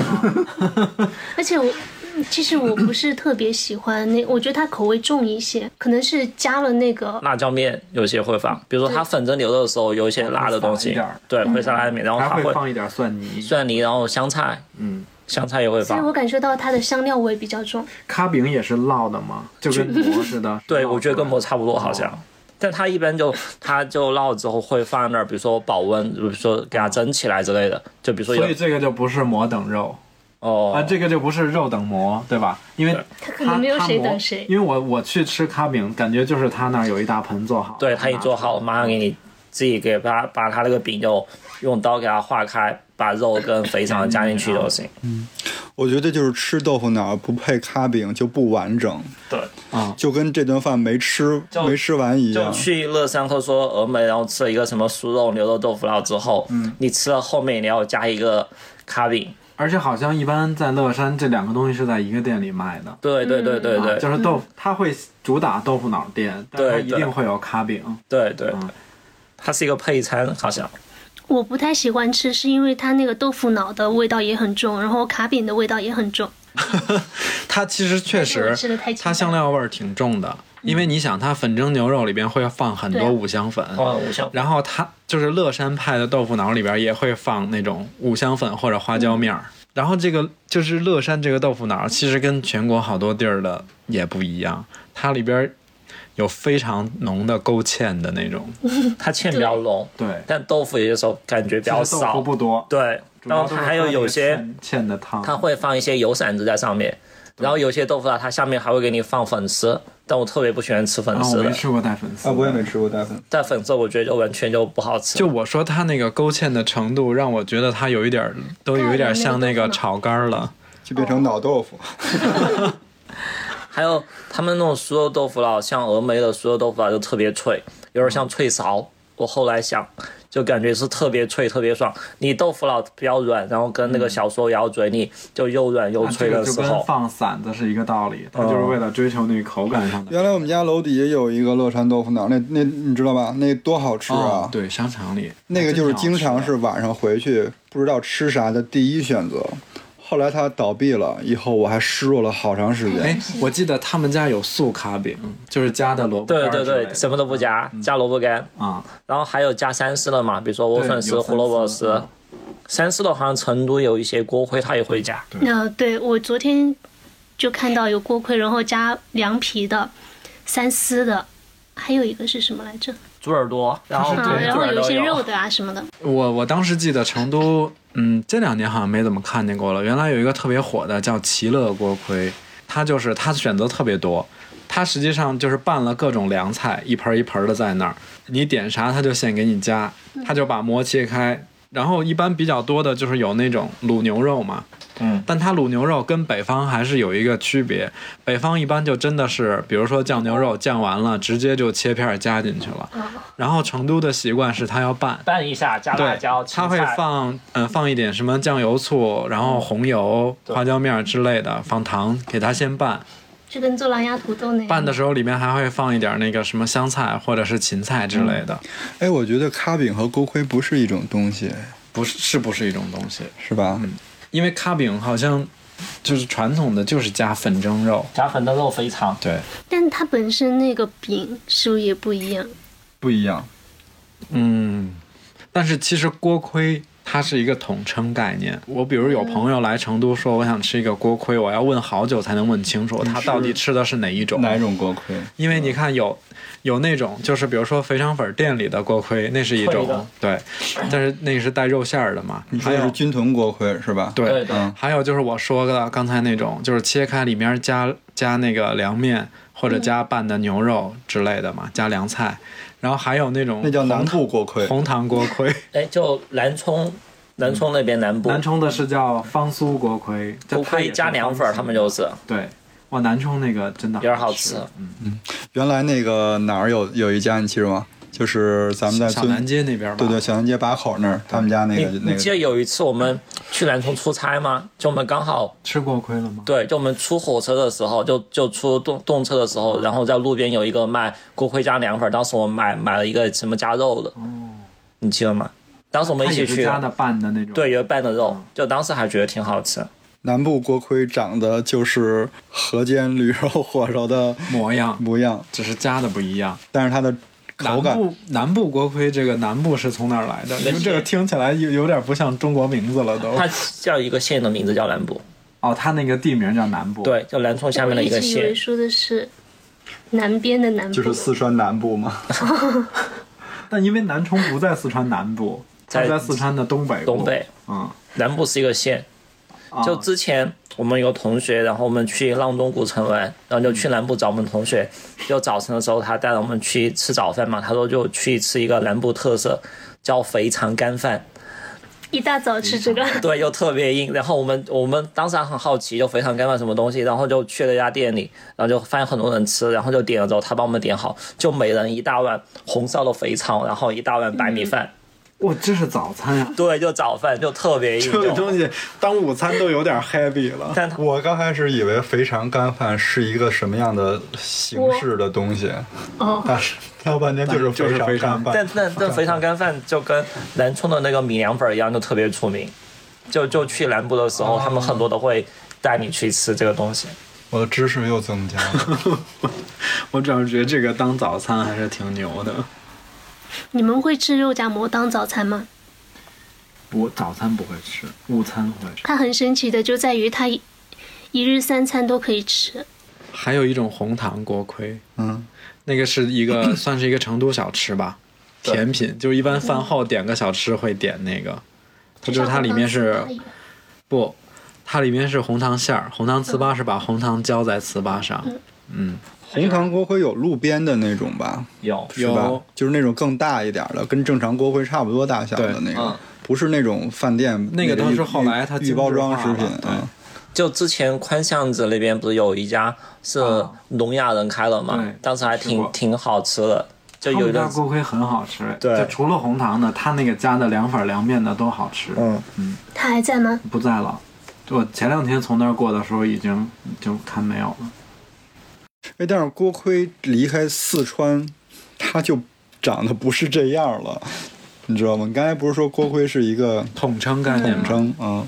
D: 而且我嗯其实我不是特别喜欢那，我觉得它口味重一些，可能是加了那个
C: 辣椒面有些会放，比如说它粉蒸牛肉的时候有一些辣的东
B: 会撒一
C: 西
B: 点儿，嗯
C: 对，会撒辣椒面，然后
B: 还
C: 它
B: 会
C: 会
B: 放一点蒜泥。
C: 蒜泥，然后香菜，
B: 嗯，
C: 香菜也会
D: 所以我
C: 放。
D: 感觉到它的香料味比较重。
B: 咖饼也是烙的嘛，就 跟馍似的。
C: 对，我觉得跟馍
B: 馍
C: 差不多好
B: 哦
C: 像。但它一般就它就烙之后会放那儿，比如说保温，比如说给它蒸起来之类的。就比如说有
B: 所以这个就不是馍等肉
C: 哦
B: 啊，，这个就不是肉等馍，对吧？因为它
D: 可能没有
B: 它
D: 谁
B: 馍
D: 等谁
B: 因为我我去吃咖饼，感觉就是他那儿有一大盆做好，
C: 对，它一做好，马上给你自己给它把它那个饼就用刀给它划开，把肉跟肥肠加进去就行。
B: 嗯
A: 我觉得就是吃豆腐脑不配咖饼就不完整，
C: 对，
A: 就跟这顿饭没吃
C: 就
A: 没吃完一
C: 就
A: 样。
C: 去乐山或者说峨眉，然后吃了一个什么酥肉牛肉豆腐脑之后，嗯，你吃了后面你要加一个卡饼。
B: 而且好像一般在乐山这两个东西是在一个店里卖的。
C: 对对对对对
B: 啊就是豆，它会主打豆腐脑店，但是它
C: 对
B: 一
C: 对
B: 定会有咖 饼。
C: 对对
B: 嗯，
C: 它是一个配餐，好像。
D: 我不太喜欢吃，是因为它那个豆腐脑的味道也很重，然后卡饼的味道也很重。
B: 它其实确
D: 因为
B: 实
D: 我吃得太清淡嗯
B: 它香料味儿挺重的，因为你想，它粉蒸牛肉里边会放很
D: 对啊
B: 多五香粉，
C: 哦，五香
B: 然后它就是乐山派的豆腐脑里边也会放那种五香粉或者花椒面儿。然后这个就是乐山这个豆腐脑，其实跟全国好多地儿的也不一样，它里边有非常浓的勾芡的那种。
C: 它芡比较浓，
B: 对，
C: 但豆腐有些时候感觉比较少。
B: 多，
C: 对，然后它还有有些
B: 芡的汤
C: 它会放一些油馓子在上面，然后有些豆腐啊脑它下面还会给你放粉丝，但我特别不喜欢吃粉丝的，
B: 过带粉丝
A: 啊，我也没吃过带粉。
C: 但粉丝我觉得就完全就不好吃。
B: 就我说它那个勾芡的程度，让我觉得它有一点儿，都有一点儿像那个炒肝儿了。
A: 就
B: 哦
A: 变成脑豆腐。
C: 还有他们那种酥肉豆腐脑，像峨眉的酥肉豆腐脑就特别脆，有点像脆勺。我后来想，就感觉是特别脆、特别爽。你豆腐脑比较软，然后跟那个小时候咬嘴里就又软又脆的时候，
B: 放馓子是一个道理，它就是为了追求那个口感上的
A: 原来我们家楼底下有一个乐山豆腐脑，那那你知道吧？那多好吃啊！
B: 哦，对，商场里
A: 那个就是
B: 还真
A: 经
B: 挺好
A: 常
B: 吃的
A: 是晚上回去不知道吃啥的第一选择。后来它倒闭了，以后我还失落了好长时间。
B: 哎，我记得他们家有素咖饼，就是加的萝卜
C: 对
B: 干
C: 对
B: 儿之类
C: 对，
B: 的
C: 什么都不加，加萝卜干，
B: 啊，
C: 然后还有加三丝的嘛，比如说莴笋
B: 对
C: 丝、
B: 有
C: 胡萝卜
B: 三丝
C: 丝。三丝的好像成都有一些锅盔，它也会加。
D: 那对我昨天就看到有锅盔，然后加凉皮的、三丝的，还有一个是什么来着？
C: 猪耳朵，然后
D: 啊，然
C: 猪
D: 后
C: 耳
D: 有一
C: 朵
D: 些
C: 有
D: 肉的啊什么的。
B: 我我当时记得成都，嗯，这两年好像没怎么看见过了。原来有一个特别火的叫奇乐锅盔，它就是它选择特别多，它实际上就是拌了各种凉菜，一盆儿一盆儿的在那儿，你点啥它就现给你加，它就把馍切开。然后一般比较多的就是有那种卤牛肉嘛，
C: 嗯，
B: 但它卤牛肉跟北方还是有一个区别，北方一般就真的是，比如说酱牛肉酱完了，直接就切片儿加进去了。然后成都的习惯是它要拌，
C: 拌一下，加辣
B: 对
C: 椒，，
B: 它
C: 芹
B: 会
C: 菜
B: 放呃放一点什么酱油、醋，然后红油、花椒面儿之类的，放糖，给它先拌。
D: 就跟做狼牙土豆
C: 嗯
D: 那样，
B: 拌的时候里面还会放一点那个什么香菜或者是芹菜之类
C: 嗯
B: 的，
A: 哎，我觉得咖饼和锅盔不是一种东西，
B: 不是是不是一种东西？
A: 是吧？
B: 因为卡饼好像就是传统的就是加粉蒸肉，
C: 炸粉的肉肥肠，
B: 对，
D: 但它本身那个饼是不是也不一样？
A: 不一样。
B: 嗯，但是其实锅盔它是一个统称概念。我比如有朋友来成都
C: 嗯
B: 说我想吃一个锅盔，我要问好久才能问清楚他到底吃的是哪一种。
A: 哪种锅盔？
B: 因为你
C: 嗯
B: 看有有那种就是比如说肥肠粉店里的锅盔，那是一
C: 脆的嗯
B: 种 对，但是那是带肉馅儿的嘛。
A: 你说
B: 还
A: 的
B: 有
A: 是军屯锅盔是吧？，
B: 对
C: 对对
A: 嗯，
B: 还有就是我说的刚才那种，就是切开里面加加那个凉面或
C: 嗯
B: 者加拌的牛肉之类的嘛，加凉菜，然后还有那种
A: 那叫南
B: 红
A: 部锅盔。
B: 红糖锅 盔，
C: 哎，就南充，南充那边南部，
G: 南充的是叫方苏锅盔，
C: 锅盔加凉粉儿，他们就是
G: 对。哇，南充那个真的
C: 有点好
G: 吃
C: 吃，。
A: 原来那个哪儿有有一家你记住吗？就是咱们在
B: 小
A: 遵
B: 南街那边吧。
A: 对对，，小南街把口那儿，他们家那
C: 你
A: 个那
C: 你记得
A: 个
C: 有一次我们去南充出差吗？就我们刚好
G: 吃锅盔了吗？
C: 对，就我们出火车的时候，就就出动动车的时候，然后在路边有一个卖锅盔加凉粉儿，当时我们买买了一个什么加肉的，你记得吗？当时我们
G: 它
C: 一
G: 也
C: 起
G: 是
C: 去
G: 加
C: 的，
G: 的拌的那种。
C: 对，有一半的肉，就当时还觉得挺好吃。
A: 南部锅盔长得就是河间驴肉火烧的
B: 模样
A: 模样，
B: 只是加的不一样。
A: 但是它的
B: 南
A: 口感
B: 部南部锅盔这个南部是从哪儿来的？因为这个听起来有有点不像中国名字了都。
C: 它叫一个县的名字叫南部，
G: 哦，它那个地名叫南部。，
C: 对，叫南充下面
D: 我
C: 的
D: 一
C: 一个
D: 直以为
C: 县。
D: 说的是南边的南部，
A: 就是四川南部嘛。
G: 但因为南充不在四川南部，它
C: 在
G: 在四川的东北。
C: 东北，
G: 嗯，
C: 南部是一个县。就之前我们有个同学，然后我们去阆中古城玩，然后就去南部找我们同学。就早晨的时候，他带着我们去吃早饭嘛，他说就去吃一个南部特色，叫肥肠干饭。
D: 一大早吃这个，
C: 对，又特别硬。然后我们我们当时还很好奇，就肥肠干饭什么东西，然后就去了一家店里，然后就发现很多人吃，然后就点了之后，他帮我们点好，就每人一大碗红烧的肥肠，然后一大碗白米饭。
G: 哇，这是早餐呀！
C: 对，就早饭就特别硬。
B: 啊这个
C: 就
B: 东西当午餐都有点 heavy 了。
C: 但它
A: 我刚开始以为肥肠干饭是一个什么样的形式的东西，
D: 哦，
A: 但是聊半天就是
B: 就是
A: 肥
B: 肥
A: 肠干
B: 肠
A: 饭。
C: 但但但肥肠干饭就跟南充的那个米凉粉儿一样，就特别出名。就就去南部的时候，他们很多都会带你去吃这个东西。
A: 我的知识又增加了。
B: 我主要是觉得这个当早餐还是挺牛的。
D: 你们会吃肉夹馍当早餐吗？
G: 我早餐不会吃，午餐会吃。
D: 它很神奇的就在于它一一日三餐都可以吃，
B: 还有一种红糖锅盔，
A: 嗯，
B: 那个是一个算是一个成都小吃吧，甜品，就是一般饭后点个小吃会点那个，它就是它里面是不，它里面是红糖馅儿，红糖糍粑是把红糖浇在糍粑上，
A: 红糖锅盔有路边的那种吧，
C: 有
A: 是吧
B: 有？
A: 就是那种更大一点的，跟正常锅盔差不多大小的
B: 对
A: 那
C: 嗯
A: 个，不是那种饭店
B: 那个
A: 个
B: 都是
A: 预
B: 后来它
A: 预预包装食品
B: 精致化了
A: 啊。
C: 就之前宽巷子那边不是有一家是聋哑人开了嘛
G: 对？
C: 当时还
G: 吃
C: 挺
G: 过
C: 挺好吃的，就
G: 他
C: 有一
G: 们家
C: 段
G: 锅盔很好吃，
C: 对
G: 就除了红糖的，他那个加的凉粉、凉面的都好吃。
C: 嗯，
D: 它还在吗？
G: 不在了。我前两天从那儿过的时候，已经就看没有了。
A: 哎，但是锅盔离开四川，它就长得不是这样了，你知道吗？你刚才不是说锅盔是一个
B: 统称概念
A: 统
B: 嘛。
A: 称啊？
B: 嗯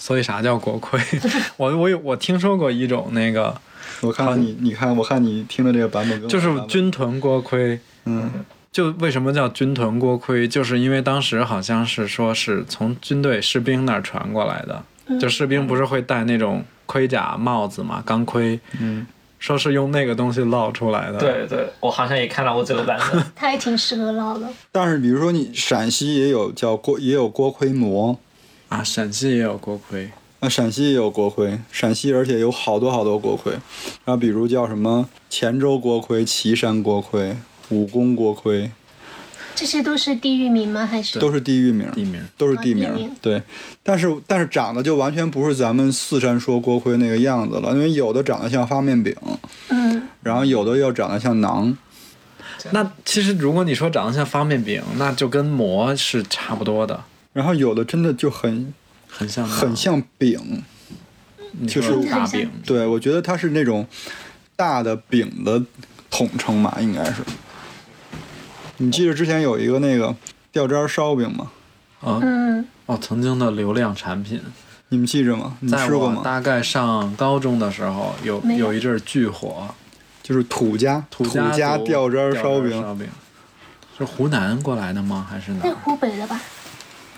B: 所以啥叫锅盔？ 我我有我听说过一种那个，
A: 我看你，你看，我看你听的这个版本跟我
B: 就是
A: 的版本
B: 军屯锅盔，
A: 嗯。
B: 就为什么叫军屯锅盔，就是因为当时好像是说是从军队士兵那儿传过来的，
D: 嗯
B: 就士兵不是会戴那种盔甲帽子嘛，钢盔，嗯，说是用那个东西烙出来的。，
C: 对，我好像也看到过这个版本。
D: 它还挺适合烙的。
A: 但是比如说你陕西也有叫锅，也有锅盔馍，
B: 啊，陕西也有锅盔，
A: 啊，陕西也有锅盔，陕西而且有好多好多锅盔，然后比如叫什么黔州锅盔、岐山锅盔、武功锅盔，
D: 这些都是地域名吗？还是
A: 都是地域名，
B: 地名。
A: 都是地名，
D: 啊地名
A: 对。但是但是长得就完全不是咱们四川说锅盔那个样子了，因为有的长得像发面饼，
D: 嗯，
A: 然后有的又长得像馕，
B: 那其实如果你说长得像方便饼，那就跟馍是差不多的，
A: 然后有的真的就很
B: 很像吗
A: 很，像饼，
B: 你
A: 就
B: 说
A: 是
B: 大饼。
A: 对，我觉得它是那种大的饼的统称吧，应该是。你记得之前有一个那个掉渣烧饼吗？
B: 啊，
D: 嗯，
B: 哦，曾经的流量产品，
A: 你们记着吗？你
B: 在
A: 吃过
B: 我
A: 吗？
B: 大概上高中的时候，有
D: 没有
B: 有一阵儿巨火，
A: 就是土家
B: 土
A: 家
B: 家族
A: 掉渣
B: 儿
A: 儿烧
B: 饼，
A: 饼，
B: 烧饼是湖南过来的吗？还是哪
D: 在
B: 儿？
D: 湖北的吧？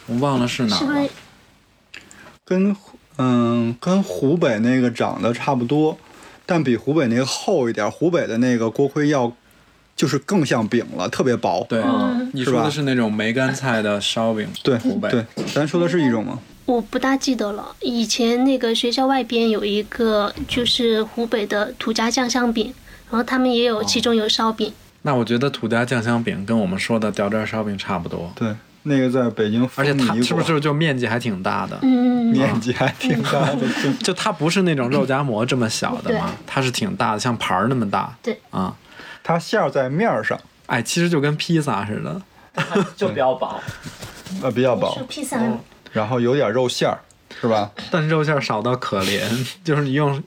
B: 我忘了是哪
D: 是
B: 儿啊
D: 不是
B: 了。
A: 跟湖嗯跟湖北那个长得差不多，但比湖北那个厚一点儿。湖北的那个锅盔要就是更像饼了，特别薄。
B: 对，啊
D: 嗯
B: 你
A: 是
B: 说
A: 吧
B: 的是那种梅干菜的烧饼，
A: 对
B: 湖北
A: 对，咱说的是一种吗？
D: 我不大记得了。以前那个学校外边有一个就是湖北的土家酱香饼，然后他们也
A: 哦
D: 有，其中有烧饼。
B: 那我觉得土家酱香饼跟我们说的掉渣儿烧饼差不多，
A: 对，那个在北京
B: 而且
A: 风靡
B: 它
A: 过
B: 是不是就面积还挺大的？
D: 嗯，
A: 面积还挺大 的？就
B: 就它不是那种肉夹馍这么小的嘛
D: 嗯对，
B: 它是挺大的，像盘儿那么大。
D: 对
B: 啊，
A: 它馅儿在面儿上，
B: 哎，其实就跟披萨似的。
C: 就比较薄，
A: 呃，比较
D: 你
A: 薄
D: 说，披萨
A: 然后有点肉馅儿，是吧？
B: 但是肉馅儿少到可怜， 就是你用，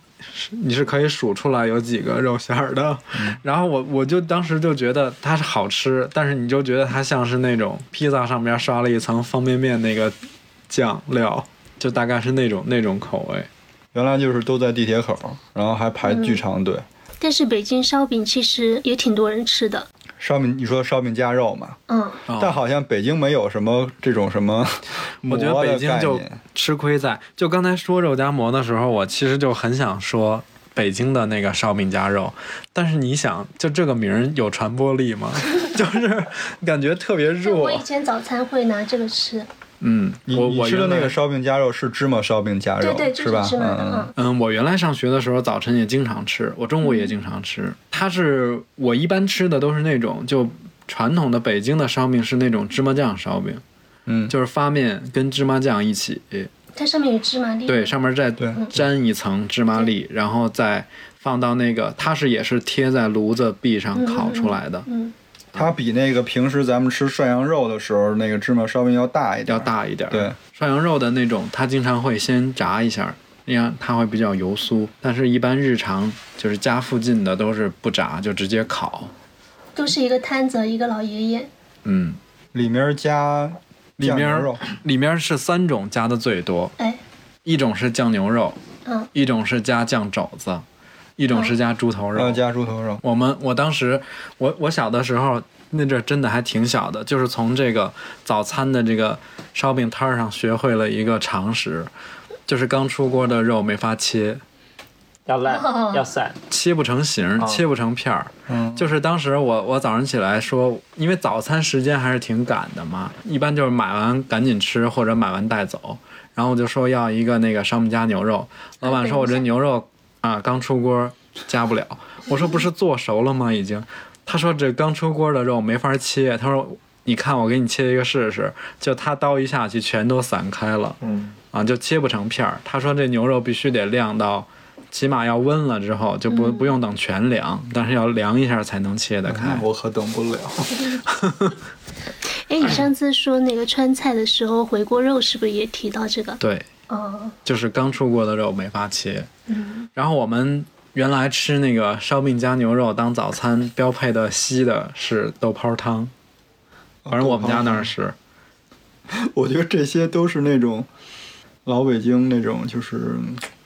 B: 你是可以数出来有几个肉馅儿的。
A: 嗯
B: 然后我我就当时就觉得它是好吃，但是你就觉得它像是那种披萨上面刷了一层方便面那个酱料，就大概是那种那种口味。
A: 原来就是都在地铁口儿，然后还排巨长队。
D: 但是北京烧饼其实也挺多人吃的。
A: 烧饼，你说烧饼夹肉嘛？
D: 嗯，
B: 哦
A: 但好像北京没有什么这种什么
B: 我
A: 馍
B: 觉得
A: 的
B: 北京
A: 概
B: 就
A: 念
B: 吃亏在，就刚才说肉夹馍的时候，我其实就很想说北京的那个烧饼夹肉，但是你想，就这个名儿有传播力吗？ 就是感觉特别
D: 对，
B: 弱
D: 我以。前早餐会拿这个吃。
B: 嗯，
A: 你
B: 我
A: 你
B: 我
A: 吃的
B: 原来
A: 那个烧饼夹肉是芝麻烧饼夹肉，
D: 对对，就是
A: 哎吧？
D: 芝麻的。
A: 嗯，
D: 嗯，
B: 嗯，我原来上学的时候早晨也经常吃，我中午也经常吃。它是我一般吃的都是那种就传统的北京的烧饼是那种芝麻酱烧饼，
A: 嗯
B: 就是发面跟芝麻酱一起，
D: 它上面有芝麻粒。
B: 对，上面再
A: 对
B: 粘一层芝麻粒，然后再放到那个，它是也是贴在炉子壁上烤出来的，
D: 嗯，
A: 它比那个平时咱们吃涮羊肉的时候那个芝麻烧饼要大一点，
B: 要。大一点。
A: 对，
B: 涮羊肉的那种，它经常会先炸一下，那样它会比较油酥。但是，一般日常就是家附近的都是不炸，就直接烤。
D: 都是一个摊子，一个老爷爷。
B: 嗯，
A: 里面加
B: 里
A: 酱牛
B: 面
A: 肉，
B: 里面是三种加的最多，
D: 哎，
B: 一种是酱牛肉，
D: 嗯，
B: 一种是加酱肘子，一种是加猪头
A: 然
B: 肉
A: 后。哦加猪头肉，
B: 我们我当时我我小的时候那阵儿真的还挺小的，就是从这个早餐的这个烧饼摊儿上学会了一个常识，就是刚出锅的肉没法切，
C: 要 烂要散，
B: 切不成形儿，切不成片儿。
A: 嗯，
B: 就是当时我我早上起来说，因为早餐时间还是挺赶的嘛，一般就是买完赶紧吃或者买完带走。然后我就说要一个那个烧饼夹牛肉，老板说我这牛肉啊刚出锅夹不了。我说不是做熟了吗？已经。他说这刚出锅的肉没法切，他说你看我给你切一个试试，就他刀一下去全都散开了，嗯，啊就切不成片儿。他说这牛肉必须得晾到，起码要温了之后就不、不用等全凉，但是要凉一下才能切得开
A: 那。我可等不了。
D: 哎，你上次说那个川菜的时候，回锅肉是不是也提到这个？
B: 对，
D: 哦，
B: 就是刚出锅的肉没法切。然后我们原来吃那个烧饼加牛肉当早餐，标配的稀的是豆泡汤，
A: 哦
B: 反正我们家 那儿是。
A: 我觉得这些都是那种老北京那种，就是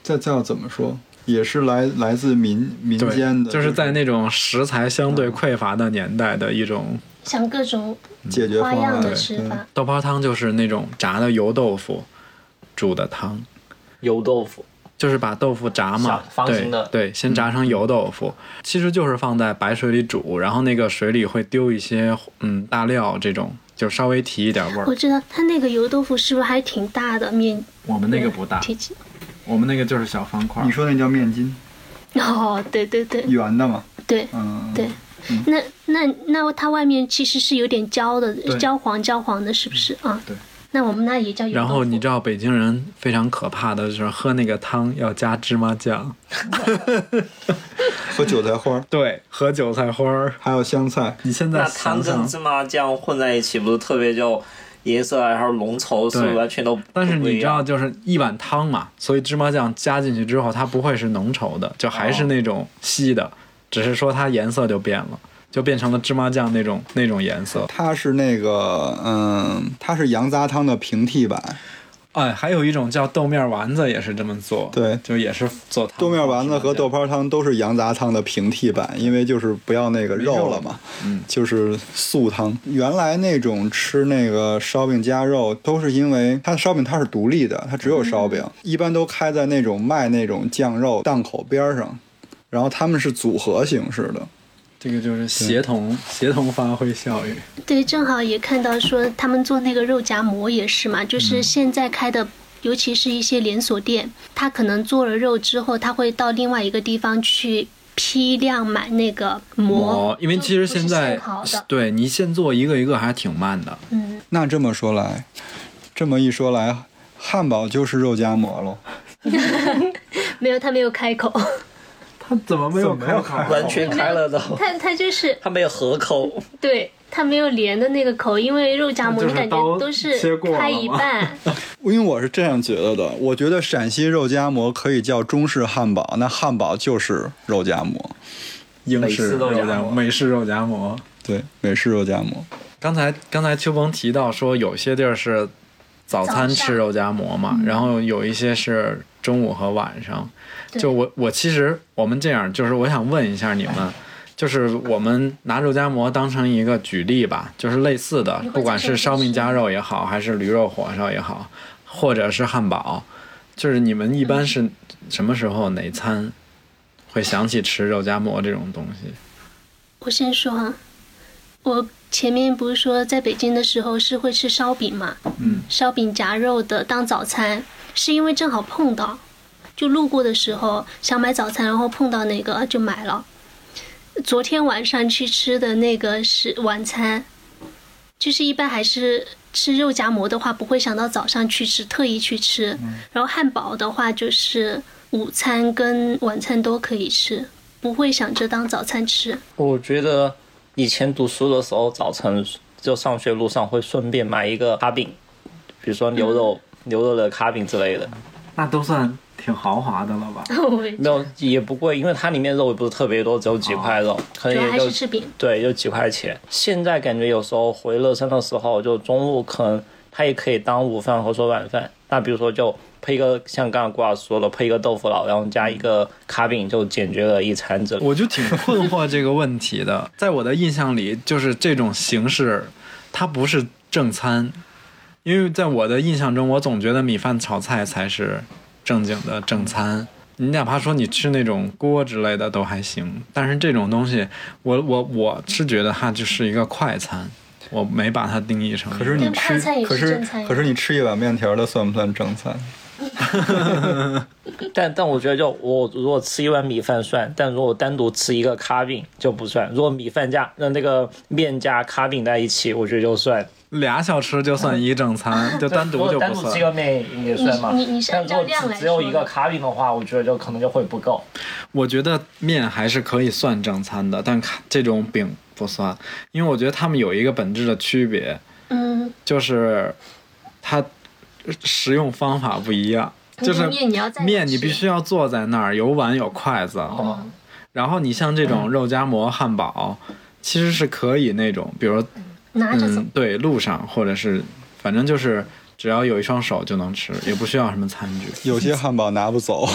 A: 再再要怎么说，也是来来自民民
B: 对，
A: 间的，
B: 就是在
A: 那
B: 那种食材相对匮乏的年代的一种
D: 想各种
A: 解决
D: 花
A: 方
D: 样
A: 案
D: 的吃
A: 对嗯
D: 法。
B: 豆泡汤，就是那种炸的油豆腐煮的汤，
C: 油豆腐，
B: 就是把豆腐炸嘛
C: 像，方形的嗯
B: 对对，先炸成油豆腐，其实就是放在白水里煮，然后那个水里会丢一些嗯大料这种，就稍微提一点味
D: 我
B: 儿。
D: 知道它那个油豆腐是不是还挺大的面？
G: 我啊们那个不大，
D: 挺起
G: 我们那个就是小方块
A: 你。说那叫面筋，
D: 哦，对对对
A: 圆的嘛，
D: 对
A: 嗯，
D: 对。那那那它外面其实是有点焦的，
G: 对
D: 焦黄焦黄的，是不是啊？
G: 对。
D: 那我们那也叫油豆腐。
B: 然后你知道北京人非常可怕的就是喝那个汤要加芝麻酱，
A: 和韭菜花儿，
B: 对，和韭菜花儿。
A: 还有香菜，
B: 你现在
C: 那
B: 想
C: 汤
B: 想
C: 跟，芝麻酱混在一起，不是特别就颜色啊，还有浓稠是
B: 对
C: 完全都
B: 但是
C: 不
B: 你
C: 一
B: 知道，
C: 样。
B: 就是一碗汤嘛，所以芝麻酱加进去之后，它不会是浓稠的，就还是那种稀的，只是说它颜色就变了，就变成了芝麻酱那种那种颜色。
A: 它是那个，嗯，它是羊杂汤的平替版，
B: 哎，还有一种叫豆面丸子，也是这么做。
A: 对
B: 就也是做汤。
A: 豆面丸子和豆泡汤都是羊杂汤的平替版，因为就是不要那个肉了嘛，嗯，就是素汤。原来那种吃那个烧饼夹肉，都是因为它的烧饼它是独立的，它只有烧饼，一般都开在那种卖那种酱肉档口边儿上，然后他们是组合形式的，
B: 这个就是协同协同发挥效应。
D: 对，正好也看到说他们做那个肉夹馍也是嘛，
G: 嗯
D: 就是现在开的，尤其是一些连锁店，他可能做了肉之后，他会到另外一个地方去批量买那个馍
B: 哦，，因为其实现在
D: 就不是现刨的
B: 对你现做一个一个还挺慢的。
D: 嗯，
A: 那这么说来，这么一说来，汉堡就是肉夹馍喽。
D: 没有，他没有开口，
G: 他怎么没有开口？
C: 完全开了的，
D: 他他就是
C: 它没有合口，
D: 对他没有连的那个口，因为肉夹馍
G: 就
D: 你
G: 是
D: 感觉
G: 刀
D: 都
G: 切
D: 是
G: 过了
D: 开一
G: 嘛
D: 半，
A: 因为我是这样觉得的，我觉得陕西肉夹馍可以叫中式汉堡，那汉堡就是肉夹馍，
B: 英
C: 美
B: 式
C: 式
B: 肉
C: 肉夹
B: 夹
C: 馍
B: 美式肉夹馍。
A: 对，美式肉夹馍。
B: 刚才刚才秋鹏提到说，有些地儿是早
D: 早上
B: 餐
D: 嗯
B: 吃肉夹馍嘛，然后有一些是中午和晚上。
D: 对
B: 就我我其实我们这样，就是我想问一下你
D: 嗯
B: 们，就是我们拿肉夹馍当成一个举例吧，就是类似的
D: 你，会
B: 不管
D: 在这
B: 是
D: 里
B: 烧饼
D: 吃
B: 夹肉也好，还是驴肉火烧也好，或者是汉堡，就是你们一般
D: 嗯
B: 是什么时候哪餐会想起吃肉夹馍这种东西？
D: 我先说啊，我前面不是说在北京的时候是会吃烧饼嘛，嗯，烧饼夹肉的当早餐，是因为正好碰到，就路过的时候想买早餐，然后碰到那个啊就买了。昨天晚上去吃的那个是晚餐，就是一般还是吃肉夹馍的话，不会想到早上去吃，特意去吃。然后汉堡的话，就是午餐跟晚餐都可以吃，不会想着当早餐吃。
C: 我觉得以前读书的时候，早晨就上学路上会顺便买一个卡饼，比如说牛肉、
D: 嗯
C: 牛肉的卡饼之类的。
G: 那都算挺豪华的了吧？
D: 我也
C: 没有，也不贵，因为它里面肉也不是特别多，只有几块肉，可
D: 哦主
C: 能
D: 要还
C: 也
D: 是
C: 就
D: 吃饼，
C: 对，就几块钱。现在感觉有时候回乐山的时候，就中午可能它也可以当午饭或者说晚饭。那比如说就配一个，像刚刚郭老师说的，配一个豆腐脑，然后加一个卡饼，就解决了一餐这。
B: 我就挺困惑这个问题的。 在我的印象里，就是这种形式，它不是正餐，因为在我的印象中，我总觉得米饭炒菜才是正经的正餐。你哪怕说你吃那种锅之类的都还行，但是这种东西，我我我是觉得它就是一个快餐，我没把它定义成一个。
A: 可是你
D: 但快
A: 吃
D: 餐，也
A: 可
D: 是
A: 是
D: 正餐呀
A: 可是你吃一碗面条的算不算正餐？
C: 但但我觉得就我如果吃一碗米饭算，但如果单独吃一个卡饼就不算。如果米饭加那那个面加卡饼在一起，我觉得就算。
B: 俩小吃就算一正 餐，就单
C: 如
B: 独
C: 果
B: 就
C: 单
B: 不
C: 独
B: 算
C: 吃。个面也算嘛。
D: 你你你是
C: 但
D: 按
C: 如
D: 照
C: 果
D: 量来
C: 只只有
D: 说
C: 一个
D: 的
C: 卡饼的话，我觉得就可能就会不够。
B: 我觉得面还是可以算正餐的，但卡这种饼不算，因为我觉得他们有一个本质的区别，
D: 嗯，
B: 就是它食用方法不一样。就是
D: 那个面你要在
B: 面你必须要坐在那儿，有碗有筷子。然后你像这种肉夹馍、汉堡，其实是可以那种，比如
D: 拿着走
B: 嗯，，对，路上或者是反正就是只要有一双手就能吃，也不需要什么餐具。
A: 有些汉堡拿不 走，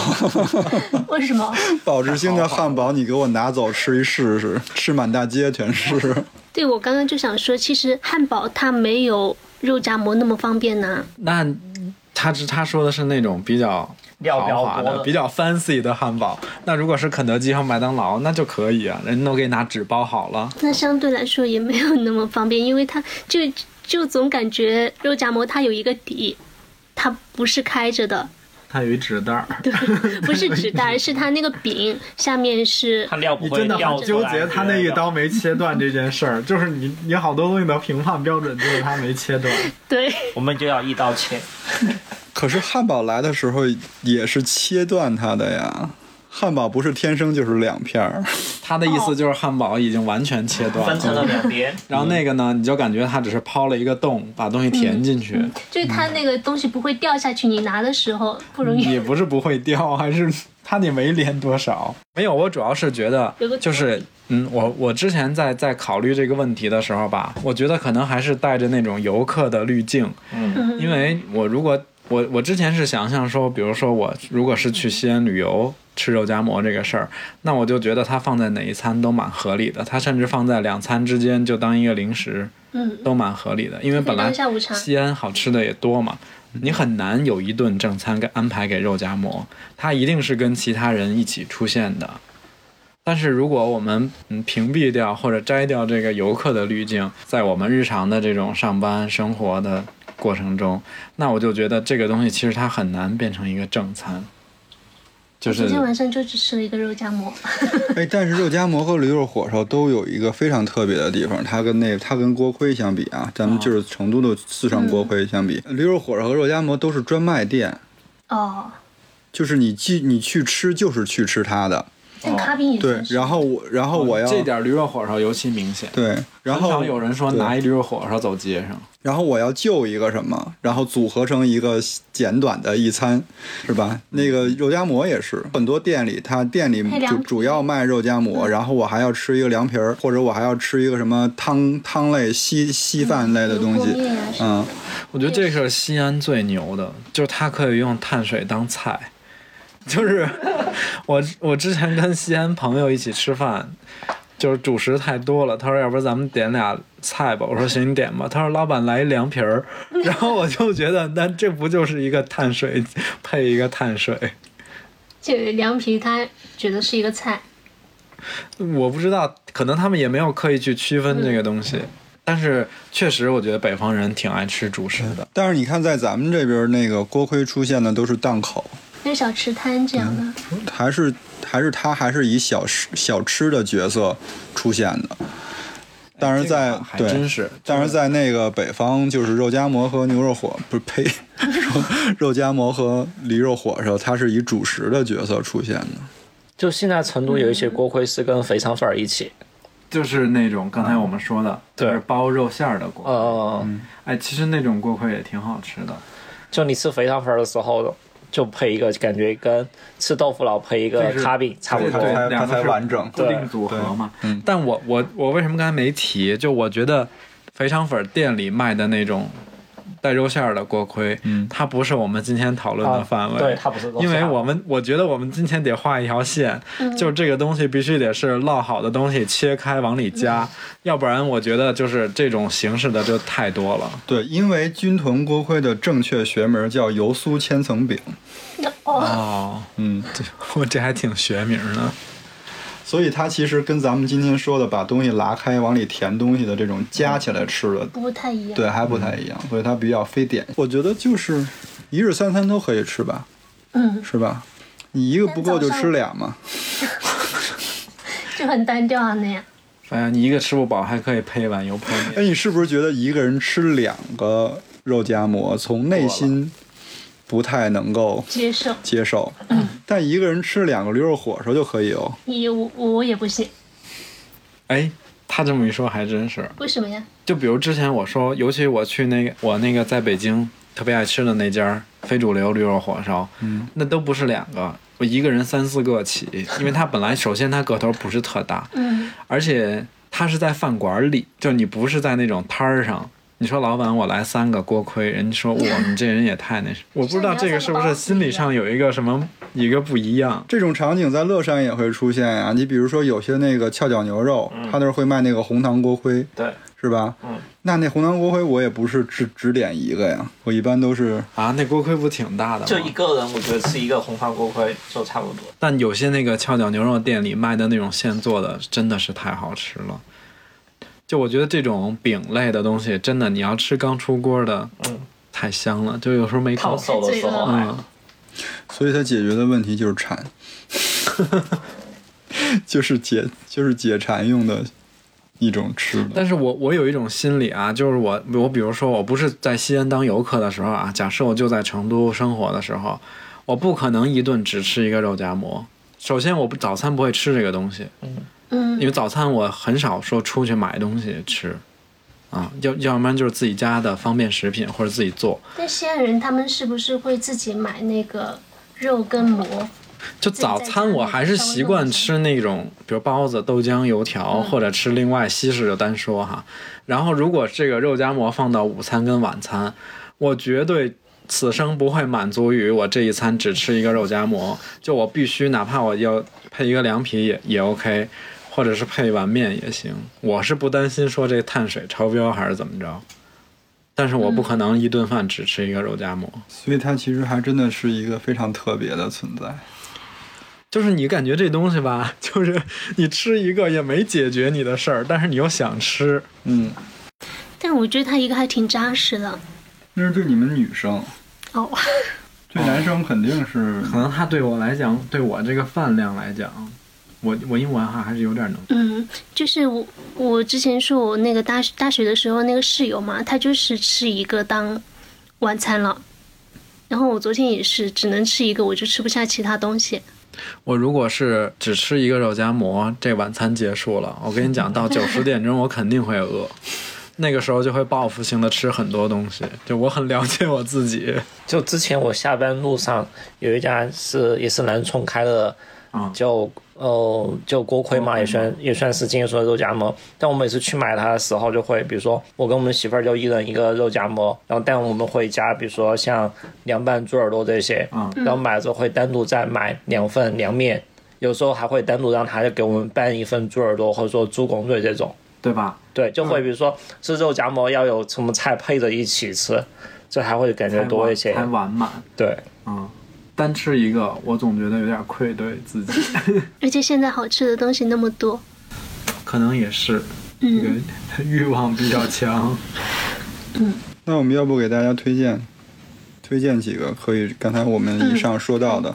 D: 为什么？
A: 保质星的汉堡你给我拿走吃一试试，吃满大街全是。
D: 对我刚刚就想说，其实汉堡它没有肉夹馍那么方便呐。
B: 那他是他说的是那种比较
C: 料比较
B: 豪华
C: 多
B: 的、
C: 的
B: 比较 fancy 的汉堡。那如果是肯德基和麦当劳，那就可以啊，人都给你拿纸包好了。
D: 那相对来说也没有那么方便，因为它就就总感觉肉夹馍它有一个底，它不是开着的，
G: 它有一纸袋儿，
D: 不是纸袋，是它那个饼下面是
C: 它料不
G: 你
C: 会
G: 真的
C: 料
G: 好纠
C: 出
G: 结
C: 来
G: 他那一刀没切断这件事儿，就是你你好多东西的评判标准就是他没切断。
D: 对，
C: 我们就要一刀切。
A: 可是汉堡来的时候也是切断它的呀，汉堡不是天生就是两片儿。
B: 他的意思就是汉堡已经完全切断
C: 哦分成了
B: 了。
C: 两
G: 嗯
C: 边，
B: 然后那个呢，你就感觉他只是抛了一个洞，把东西
C: 嗯
B: 填进去，
D: 就是它那个东西不会掉下去，你拿的时候不容易
B: 嗯也不是不会掉， 还是他那没连多少。没有，我主要是觉得
D: 有个
B: 就是。嗯，我我之前在在考虑这个问题的时候吧，我觉得可能还是带着那种游客的滤镜，嗯，因为我如果我我之前是想象说，比如说我如果是去西安旅游吃肉夹馍这个事儿，那我就觉得它放在哪一餐都蛮合理的，它甚至放在两餐之间就当一个零食，
D: 嗯，
B: 都蛮合理的。因为
D: 可
B: 本
D: 以
B: 来
D: 当下午茶
B: 西安好吃的也多嘛，你很难有一顿正餐给安排给肉夹馍，它一定是跟其他人一起出现的。但是如果我们嗯屏蔽掉或者摘掉这个游客的滤镜，在我们日常的这种上班生活的过程中，那我就觉得这个东西其实它很难变成一个正餐，就
D: 昨
B: 是
D: 天晚上就只吃了一个肉夹馍，
A: 哎，但是肉夹馍和驴肉火烧都有一个非常特别的地方，它跟那它跟锅盔相比啊，咱们就是成都的四川锅盔相比，驴肉火烧和肉夹馍都是专卖店，
D: 哦，
A: 就是你去你去吃就是去吃它的，
D: 但咖喱也
A: 对
D: 算。是
A: 然后我然后我要、
B: 嗯这点驴肉火烧尤其明显。
A: 对，然
B: 很
A: 后
B: 少有人说
A: 对
B: 拿一驴肉火烧走街上，
A: 然后我要就一个什么，然后组合成一个简短的一餐，是吧？那个肉夹馍也是，很多店里它店里
D: 配
A: 就
D: 凉皮嗯
A: 主要卖肉夹馍，然后我还要吃一个凉皮儿，或者我还要吃一个什么汤汤类稀稀饭类的东
D: 牛锅
A: 西，
D: 面啊什么
A: 嗯，
B: 我觉得这是西安最牛的，就是它可以用碳水当菜。就是我 我之前跟西安朋友一起吃饭，就是主食太多了，他说要不然咱们点俩菜吧，我说行你点吧，他说老板来一凉皮儿， 然后我就觉得那这不就是一个碳水配一个碳水。
D: 就凉皮，他觉得是一个菜，
B: 我不知道，可能他们也没有刻意去区分这个东西，但是确实我觉得北方人挺爱吃主食的。
A: 但是你看在咱们这边那个锅盔出现的都是档口，
D: 跟小吃摊这样的。
A: 还是还是它还是以小吃小吃的角色出现的，但是在、
B: 这个还
A: 对
B: 真是，
A: 但是在那个北方，就是肉夹馍和牛肉火，不是 呸，肉肉夹馍和驴肉火烧，它是以主食的角色出现的。
C: 就现在成都有一些锅盔是跟肥肠粉儿一起，
B: 就是那种刚才我们说的，
C: 对
B: 就是包肉馅儿的锅盔。
C: 呃，
B: 哎，其实那种锅盔也挺好吃的，
C: 就你吃肥肠粉儿的时候，就配一个，感觉跟吃豆腐脑配一个
B: 这是
C: 卡饼差不
B: 这
C: 多
B: 是。
A: 才
B: 两个
A: 它才
B: 是
A: 完整
B: 固定组合嘛。
A: 对对嗯
B: 但我我我为什么刚才没提？就我觉得肥肠粉店里卖的那种带肉馅儿的锅盔，
A: 嗯
B: 它不是我们今天讨论的
C: 啊
B: 范围。
C: 对，它不是肉馅儿。
B: 因为我们我觉得我们今天得画一条线，就这个东西必须得是烙好的东西切开往里加，要不然我觉得就是这种形式的就太多了。
A: 对，因为军屯锅盔的正确学名叫油酥千层饼，
B: 哦，
A: 嗯，
B: 这我这还挺学名呢。
A: 所以它其实跟咱们今天说的把东西拉开往里填东西的这种夹起来吃的，
D: 不太一样。
A: 对，还不太一样，所以它比较非典。我觉得就是一日三餐都可以吃吧，
D: 嗯，
A: 是吧？你一个不够就
D: 但早
A: 吃
D: 上
A: 俩嘛，
D: 就很单调啊那样。
B: 哎呀，你一个吃不饱还可以配一碗油泼面。
A: 哎，你是不是觉得一个人吃两个肉夹馍，从内心不太能够
D: 接受
A: 接受？但一个人吃两个驴肉火烧就可以哦。
D: 也我我也不行，
B: 哎，他这么一说还真是。
D: 为什么呀？
B: 就比如之前我说，尤其我去那个我那个在北京特别爱吃的那家非主流驴肉火烧，嗯，那都不是两个，我一个人三四个起，因为它本来首先它个头不是特大，
D: 嗯，
B: 而且它是在饭馆里，就你不是在那种摊儿上。你说老板，我来三个锅盔，人家说哇，你这人也太那什么，我不知道这个是不是心理上有一个什么一个不一样。
A: 这种场景在乐山也会出现呀、你比如说有些那个翘脚牛肉，他那儿会卖那个红糖锅盔，
C: 对，
A: 是吧？那那红糖锅盔我也不是只只点一个呀，我一般都是
B: 啊，那锅盔不挺大的吗？
C: 就一个人，我觉得吃一个红糖锅盔就差不多。
B: 但有些那个翘脚牛肉店里卖的那种现做的，真的是太好吃了。就我觉得这种饼类的东西，真的你要吃刚出锅的，
C: 嗯
B: 太香了。就有时候没
C: 烫
B: 口，
C: 手的时候还
B: 嗯，
A: 所以它解决的问题就是馋， 就是解就是解馋用的一种吃的。
B: 但是我我有一种心理啊，就是我我比如说我不是在西安当游客的时候啊，假设我就在成都生活的时候，我不可能一顿只吃一个肉夹馍。首先，我不早餐不会吃这个东西，因
D: 嗯，
B: 为早餐我很少说出去买东西吃，啊，要要不然就是自己家的方便食品或者自己做，
D: 但西安人他们是不是会自己买那个肉跟馍？
B: 就早餐我还是习惯吃那种，比如包子、豆浆、油条，或者吃另外西式就单说哈。然后如果这个肉夹馍放到午餐跟晚餐，我绝对此生不会满足于我这一餐只吃一个肉夹馍，就我必须哪怕我要配一个凉皮也也 OK，或者是配一碗面也行。我是不担心说这碳水超标还是怎么着，但是我不可能一顿饭只吃一个肉夹馍。
A: 所以它其实还真的是一个非常特别的存在。
B: 就是你感觉这东西吧， 就是你吃一个也没解决你的事儿，但是你又想吃，
A: 嗯，
D: 但我觉得他一个还挺扎实的。
A: 那是对你们女生，
D: 哦，
A: 对男生肯定是
B: 可能它对我来讲，对我这个饭量来讲，我我英文哈还是有点能。
D: 嗯，就是我我之前说我那个大大学的时候那个室友嘛，他就是吃一个当晚餐了。然后我昨天也是只能吃一个，我就吃不下其他东西。
B: 我如果是只吃一个肉夹馍，这晚餐结束了，我跟你讲， 到九十点钟我肯定会饿，那个时候就会报复性的吃很多东西。就我很了解我自己，
C: 就之前我下班路上有一家是也是南充开的
B: 啊，
C: 叫呃叫锅盔嘛，也算也算是今天说的肉夹馍。但我每次去买它的时候，就会比如说我跟我们媳妇儿就一人一个肉夹馍，然后但我们会加比如说像凉拌猪耳朵这些，
B: 啊
C: 然后买了之后会单独再买两份凉面，有时候还会单独让他给我们拌一份猪耳朵或者说猪拱嘴这种。
B: 对吧？
C: 对，就会比如说吃肉夹馍要有什么菜配着一起吃，这还会感觉
B: 还
C: 多一些。
B: 还完满
C: 对，
B: 啊。单吃一个，我总觉得有点愧对自己，
D: 而且现在好吃的东西那么多，
B: 可能也是这个欲望比较强。
A: 那我们要不给大家推荐推荐几个可以刚才我们以上说到的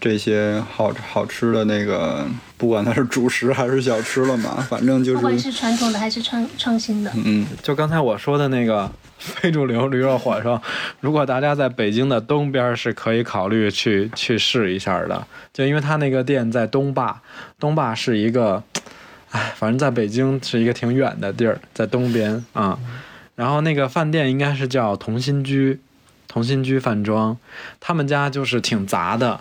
A: 这些好好吃的那个，不管它是主食还是小吃了嘛，反正就
D: 不管
A: 是
D: 是传统的还是创创新的，
A: 嗯，
B: 就刚才我说的那个 非主流驴肉火烧，如果大家在北京的东边是可以考虑去去试一下的，就因为它那个店在东坝，东坝是一个，哎，反正在北京是一个挺远的地儿，在东边啊、然后那个饭店应该是叫同心居，同心居饭庄，他们家就是挺杂的。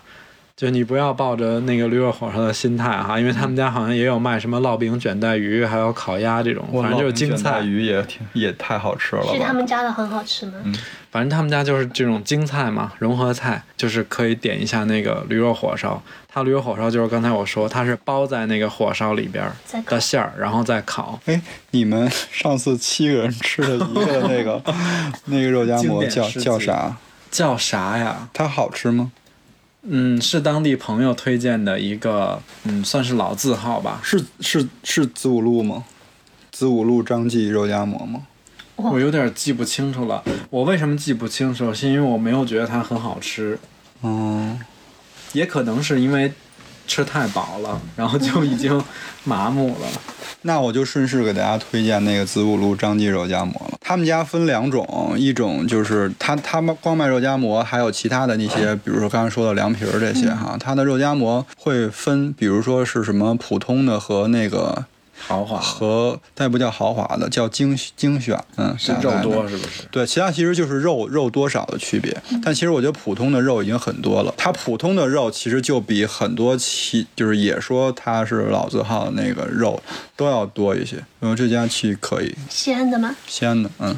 B: 就你不要抱着那个驴肉火烧的心态哈，因为他们家好像也有卖什么烙饼、卷带鱼，还有烤鸭这种，反正就是京菜。
A: 鱼也挺也太好吃了
D: 是他
A: 吧？
D: 们家的很好吃吗？
B: 反正他们家就是这种京菜嘛，融合菜，就是可以点一下那个驴肉火烧。它驴肉火烧就是刚才我说，它是包在那个火烧里边儿
D: 再烤
B: 的馅儿，然后再烤。
A: 哎，你们 上次七个人吃的一个那 个那个肉夹馍
B: 经典
A: 叫
B: 诗集
A: 叫啥？
B: 叫啥呀？
A: 它好吃吗？
B: 嗯，是当地朋友推荐的一个，嗯，算是老字号吧。
A: 是是是子午路吗？子午路张记肉夹馍吗？
D: 哇
B: 我有点记不清楚了。我为什么记不清楚？是因为我没有觉得它很好吃，
A: 嗯，
B: 也可能是因为吃太饱了，然后就已经麻木了。
A: 那我就顺势给大家推荐那个子午路张记肉夹馍了。他们家分两种，一种就是他他们光卖肉夹馍，还有其他的那些，比如说刚才说的凉皮儿这些哈。他的肉夹馍会分，比如说是什么普通的和那个
B: 豪华
A: 啊和它也不叫豪华的，叫精精选，嗯，
B: 是
A: 大
B: 肉
A: 概的
B: 多是不是？
A: 对，其他其实就是肉肉多少的区别，但其实我觉得普通的肉已经很多了。它普通的肉其实就比很多其就是也说它是老字号的那个肉都要多一些。嗯，这家去可以，
D: 西安的吗？
A: 西安的，嗯，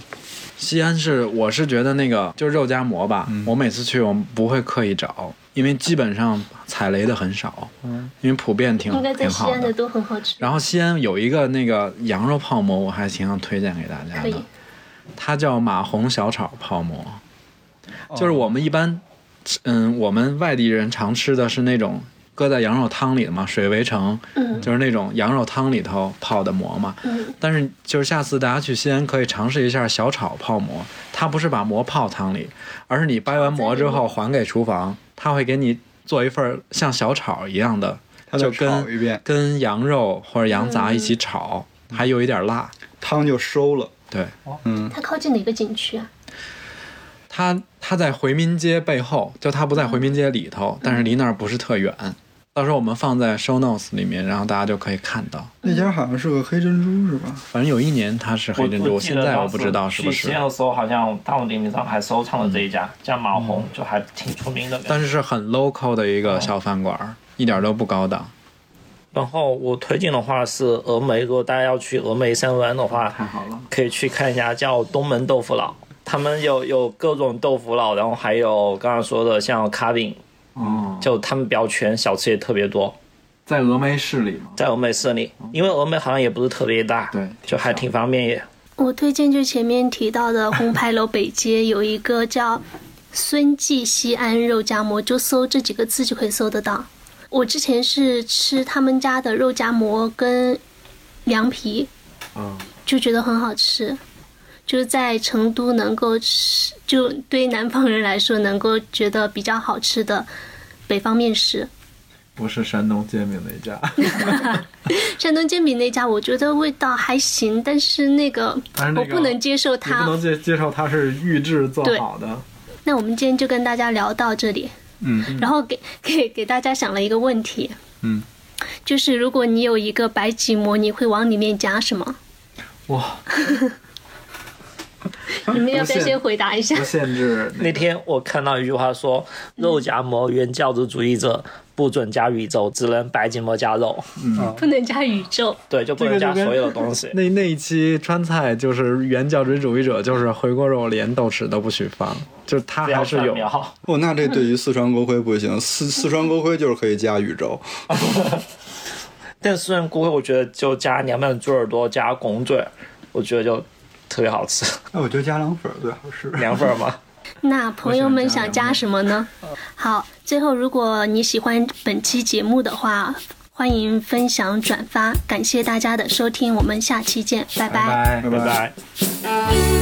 B: 西安是，我是觉得那个就是肉夹馍吧，我每次去我不会刻意找，因为基本上踩雷的很少，因为普遍挺
D: 应该在
B: 挺
D: 西
B: 好
D: 安的。都很好吃。
B: 然后西安有一个那个羊肉泡馍，我还挺想推荐给大家
D: 可以
B: 的，，它叫马红小炒泡馍，就是我们一般，嗯，我们外地人常吃的是那种搁在羊肉汤里的嘛，水围城，
D: 嗯
B: 就是那种羊肉汤里头泡的馍嘛。
D: 嗯
B: 但是就是下次大家去西安可以尝试一下小炒泡馍，它不是把馍泡汤里，而是你掰完馍之后还给厨房，它会给你做一份儿像小炒一样的，
A: 它
B: 就
A: 再炒
B: 跟
A: 一遍，
B: 跟羊肉或者羊杂一起炒，还有一点辣。
A: 汤就收了。
B: 对，
A: 嗯，
D: 它靠近哪个景区啊？
B: 它它在回民街背后，就它不在回民街里头，但是离那儿不是特远。到时候我们放在 show notes 里面，然后大家就可以看到。
A: 那家好像是个黑珍珠是吧？
B: 反正有一年它是黑珍珠，现在我不知道是不是。
C: 西安的时候好像大众点评上还收藏了这一家，叫马红，就还挺出名的。
B: 但是是很 local 的一个小饭馆，儿，一点都不高档。
C: 然后我推荐的话是峨眉，如果大家要去峨眉山湾的话，
G: 好了，
C: 可以去看一下叫东门豆腐脑。他们有有各种豆腐脑，然后还有刚刚说的像卡饼，
B: 哦，
C: 就他们比较全，小吃也特别多。
B: 在峨眉市里嘛，
C: 在峨眉市里，因为峨眉好像也不是特别大，
B: 对
C: 就还挺方便也。
D: 我推荐就前面提到的红牌楼北街有一个叫“孙记西安肉夹馍”，就搜这几个字就可以搜得到。我之前是吃他们家的肉夹馍跟凉皮，
G: 嗯，
D: 就觉得很好吃。就是在成都能够吃，就对于南方人来说能够觉得比较好吃的北方面食。
G: 不是山东煎饼那家，
D: 山东煎饼那家，我觉得味道还行，但是那个
G: 但是那
D: 我
G: 个
D: 不能接受
G: 你不
D: 它
G: 能。接接受它是预制做
D: 对
G: 好的。
D: 那我们今天就跟大家聊到这里，
B: 嗯，
D: 然后给给给大家想了一个问题，
B: 嗯，
D: 就是如果你有一个白吉馍，你会往里面加什么？
G: 哇，
D: 你们要不
G: 不
D: 要
G: 是
D: 先回答一下
G: 不？限制那
C: 那天我看到一句话说，肉夹馍原教旨主义者不准加宇宙，只能白吉馍加肉，
D: 不能加宇宙，
C: 对，就不能加所有的东西。
B: 那那一期川菜就是原教旨主义者，就是回锅肉连豆豉都不许放，就是他
C: 不要
B: 还是
C: 蒜
B: 有，
C: 苗
A: 哦，那这对于四川锅盔不行，四四川锅盔就是可以加宇宙。
C: 但私人锅，我觉得就加凉拌猪耳朵，加拱嘴，我觉得就特别好吃。
A: 那我觉得加凉粉最好 吃。
C: 凉粉儿嘛，
D: 那朋友们想加什么呢？好，最后如果你喜欢本期节目的话，欢迎分享转发，感谢大家的收听，我们下期见，拜
G: 拜
D: 拜
A: 拜
C: 拜
A: 拜。
C: 拜。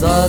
H: 在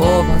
H: 我盘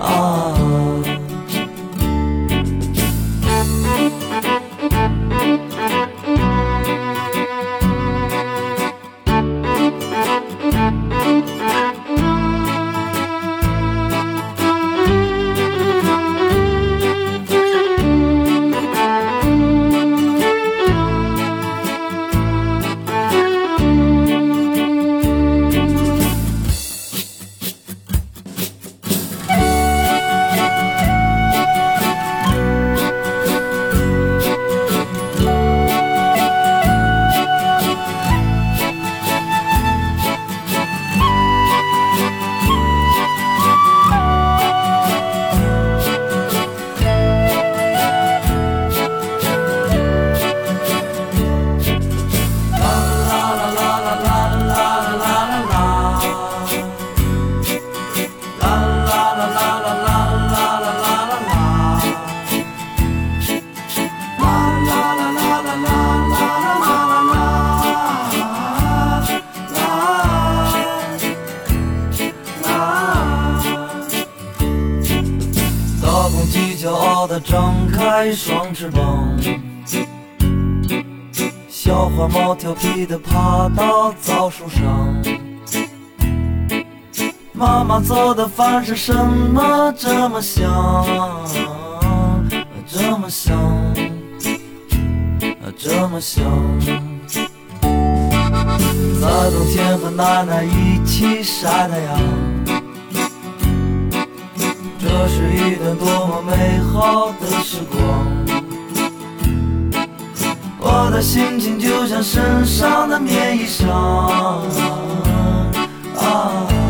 H: 啊！大公鸡骄傲地张开双翅膀，小花猫调皮地爬到枣树上。妈妈做的饭是什么这么香，这么香，这么香。在冬天和奶奶一起晒太阳。这是一段多么美好的时光。我的心情就像身上的棉衣裳，啊。啊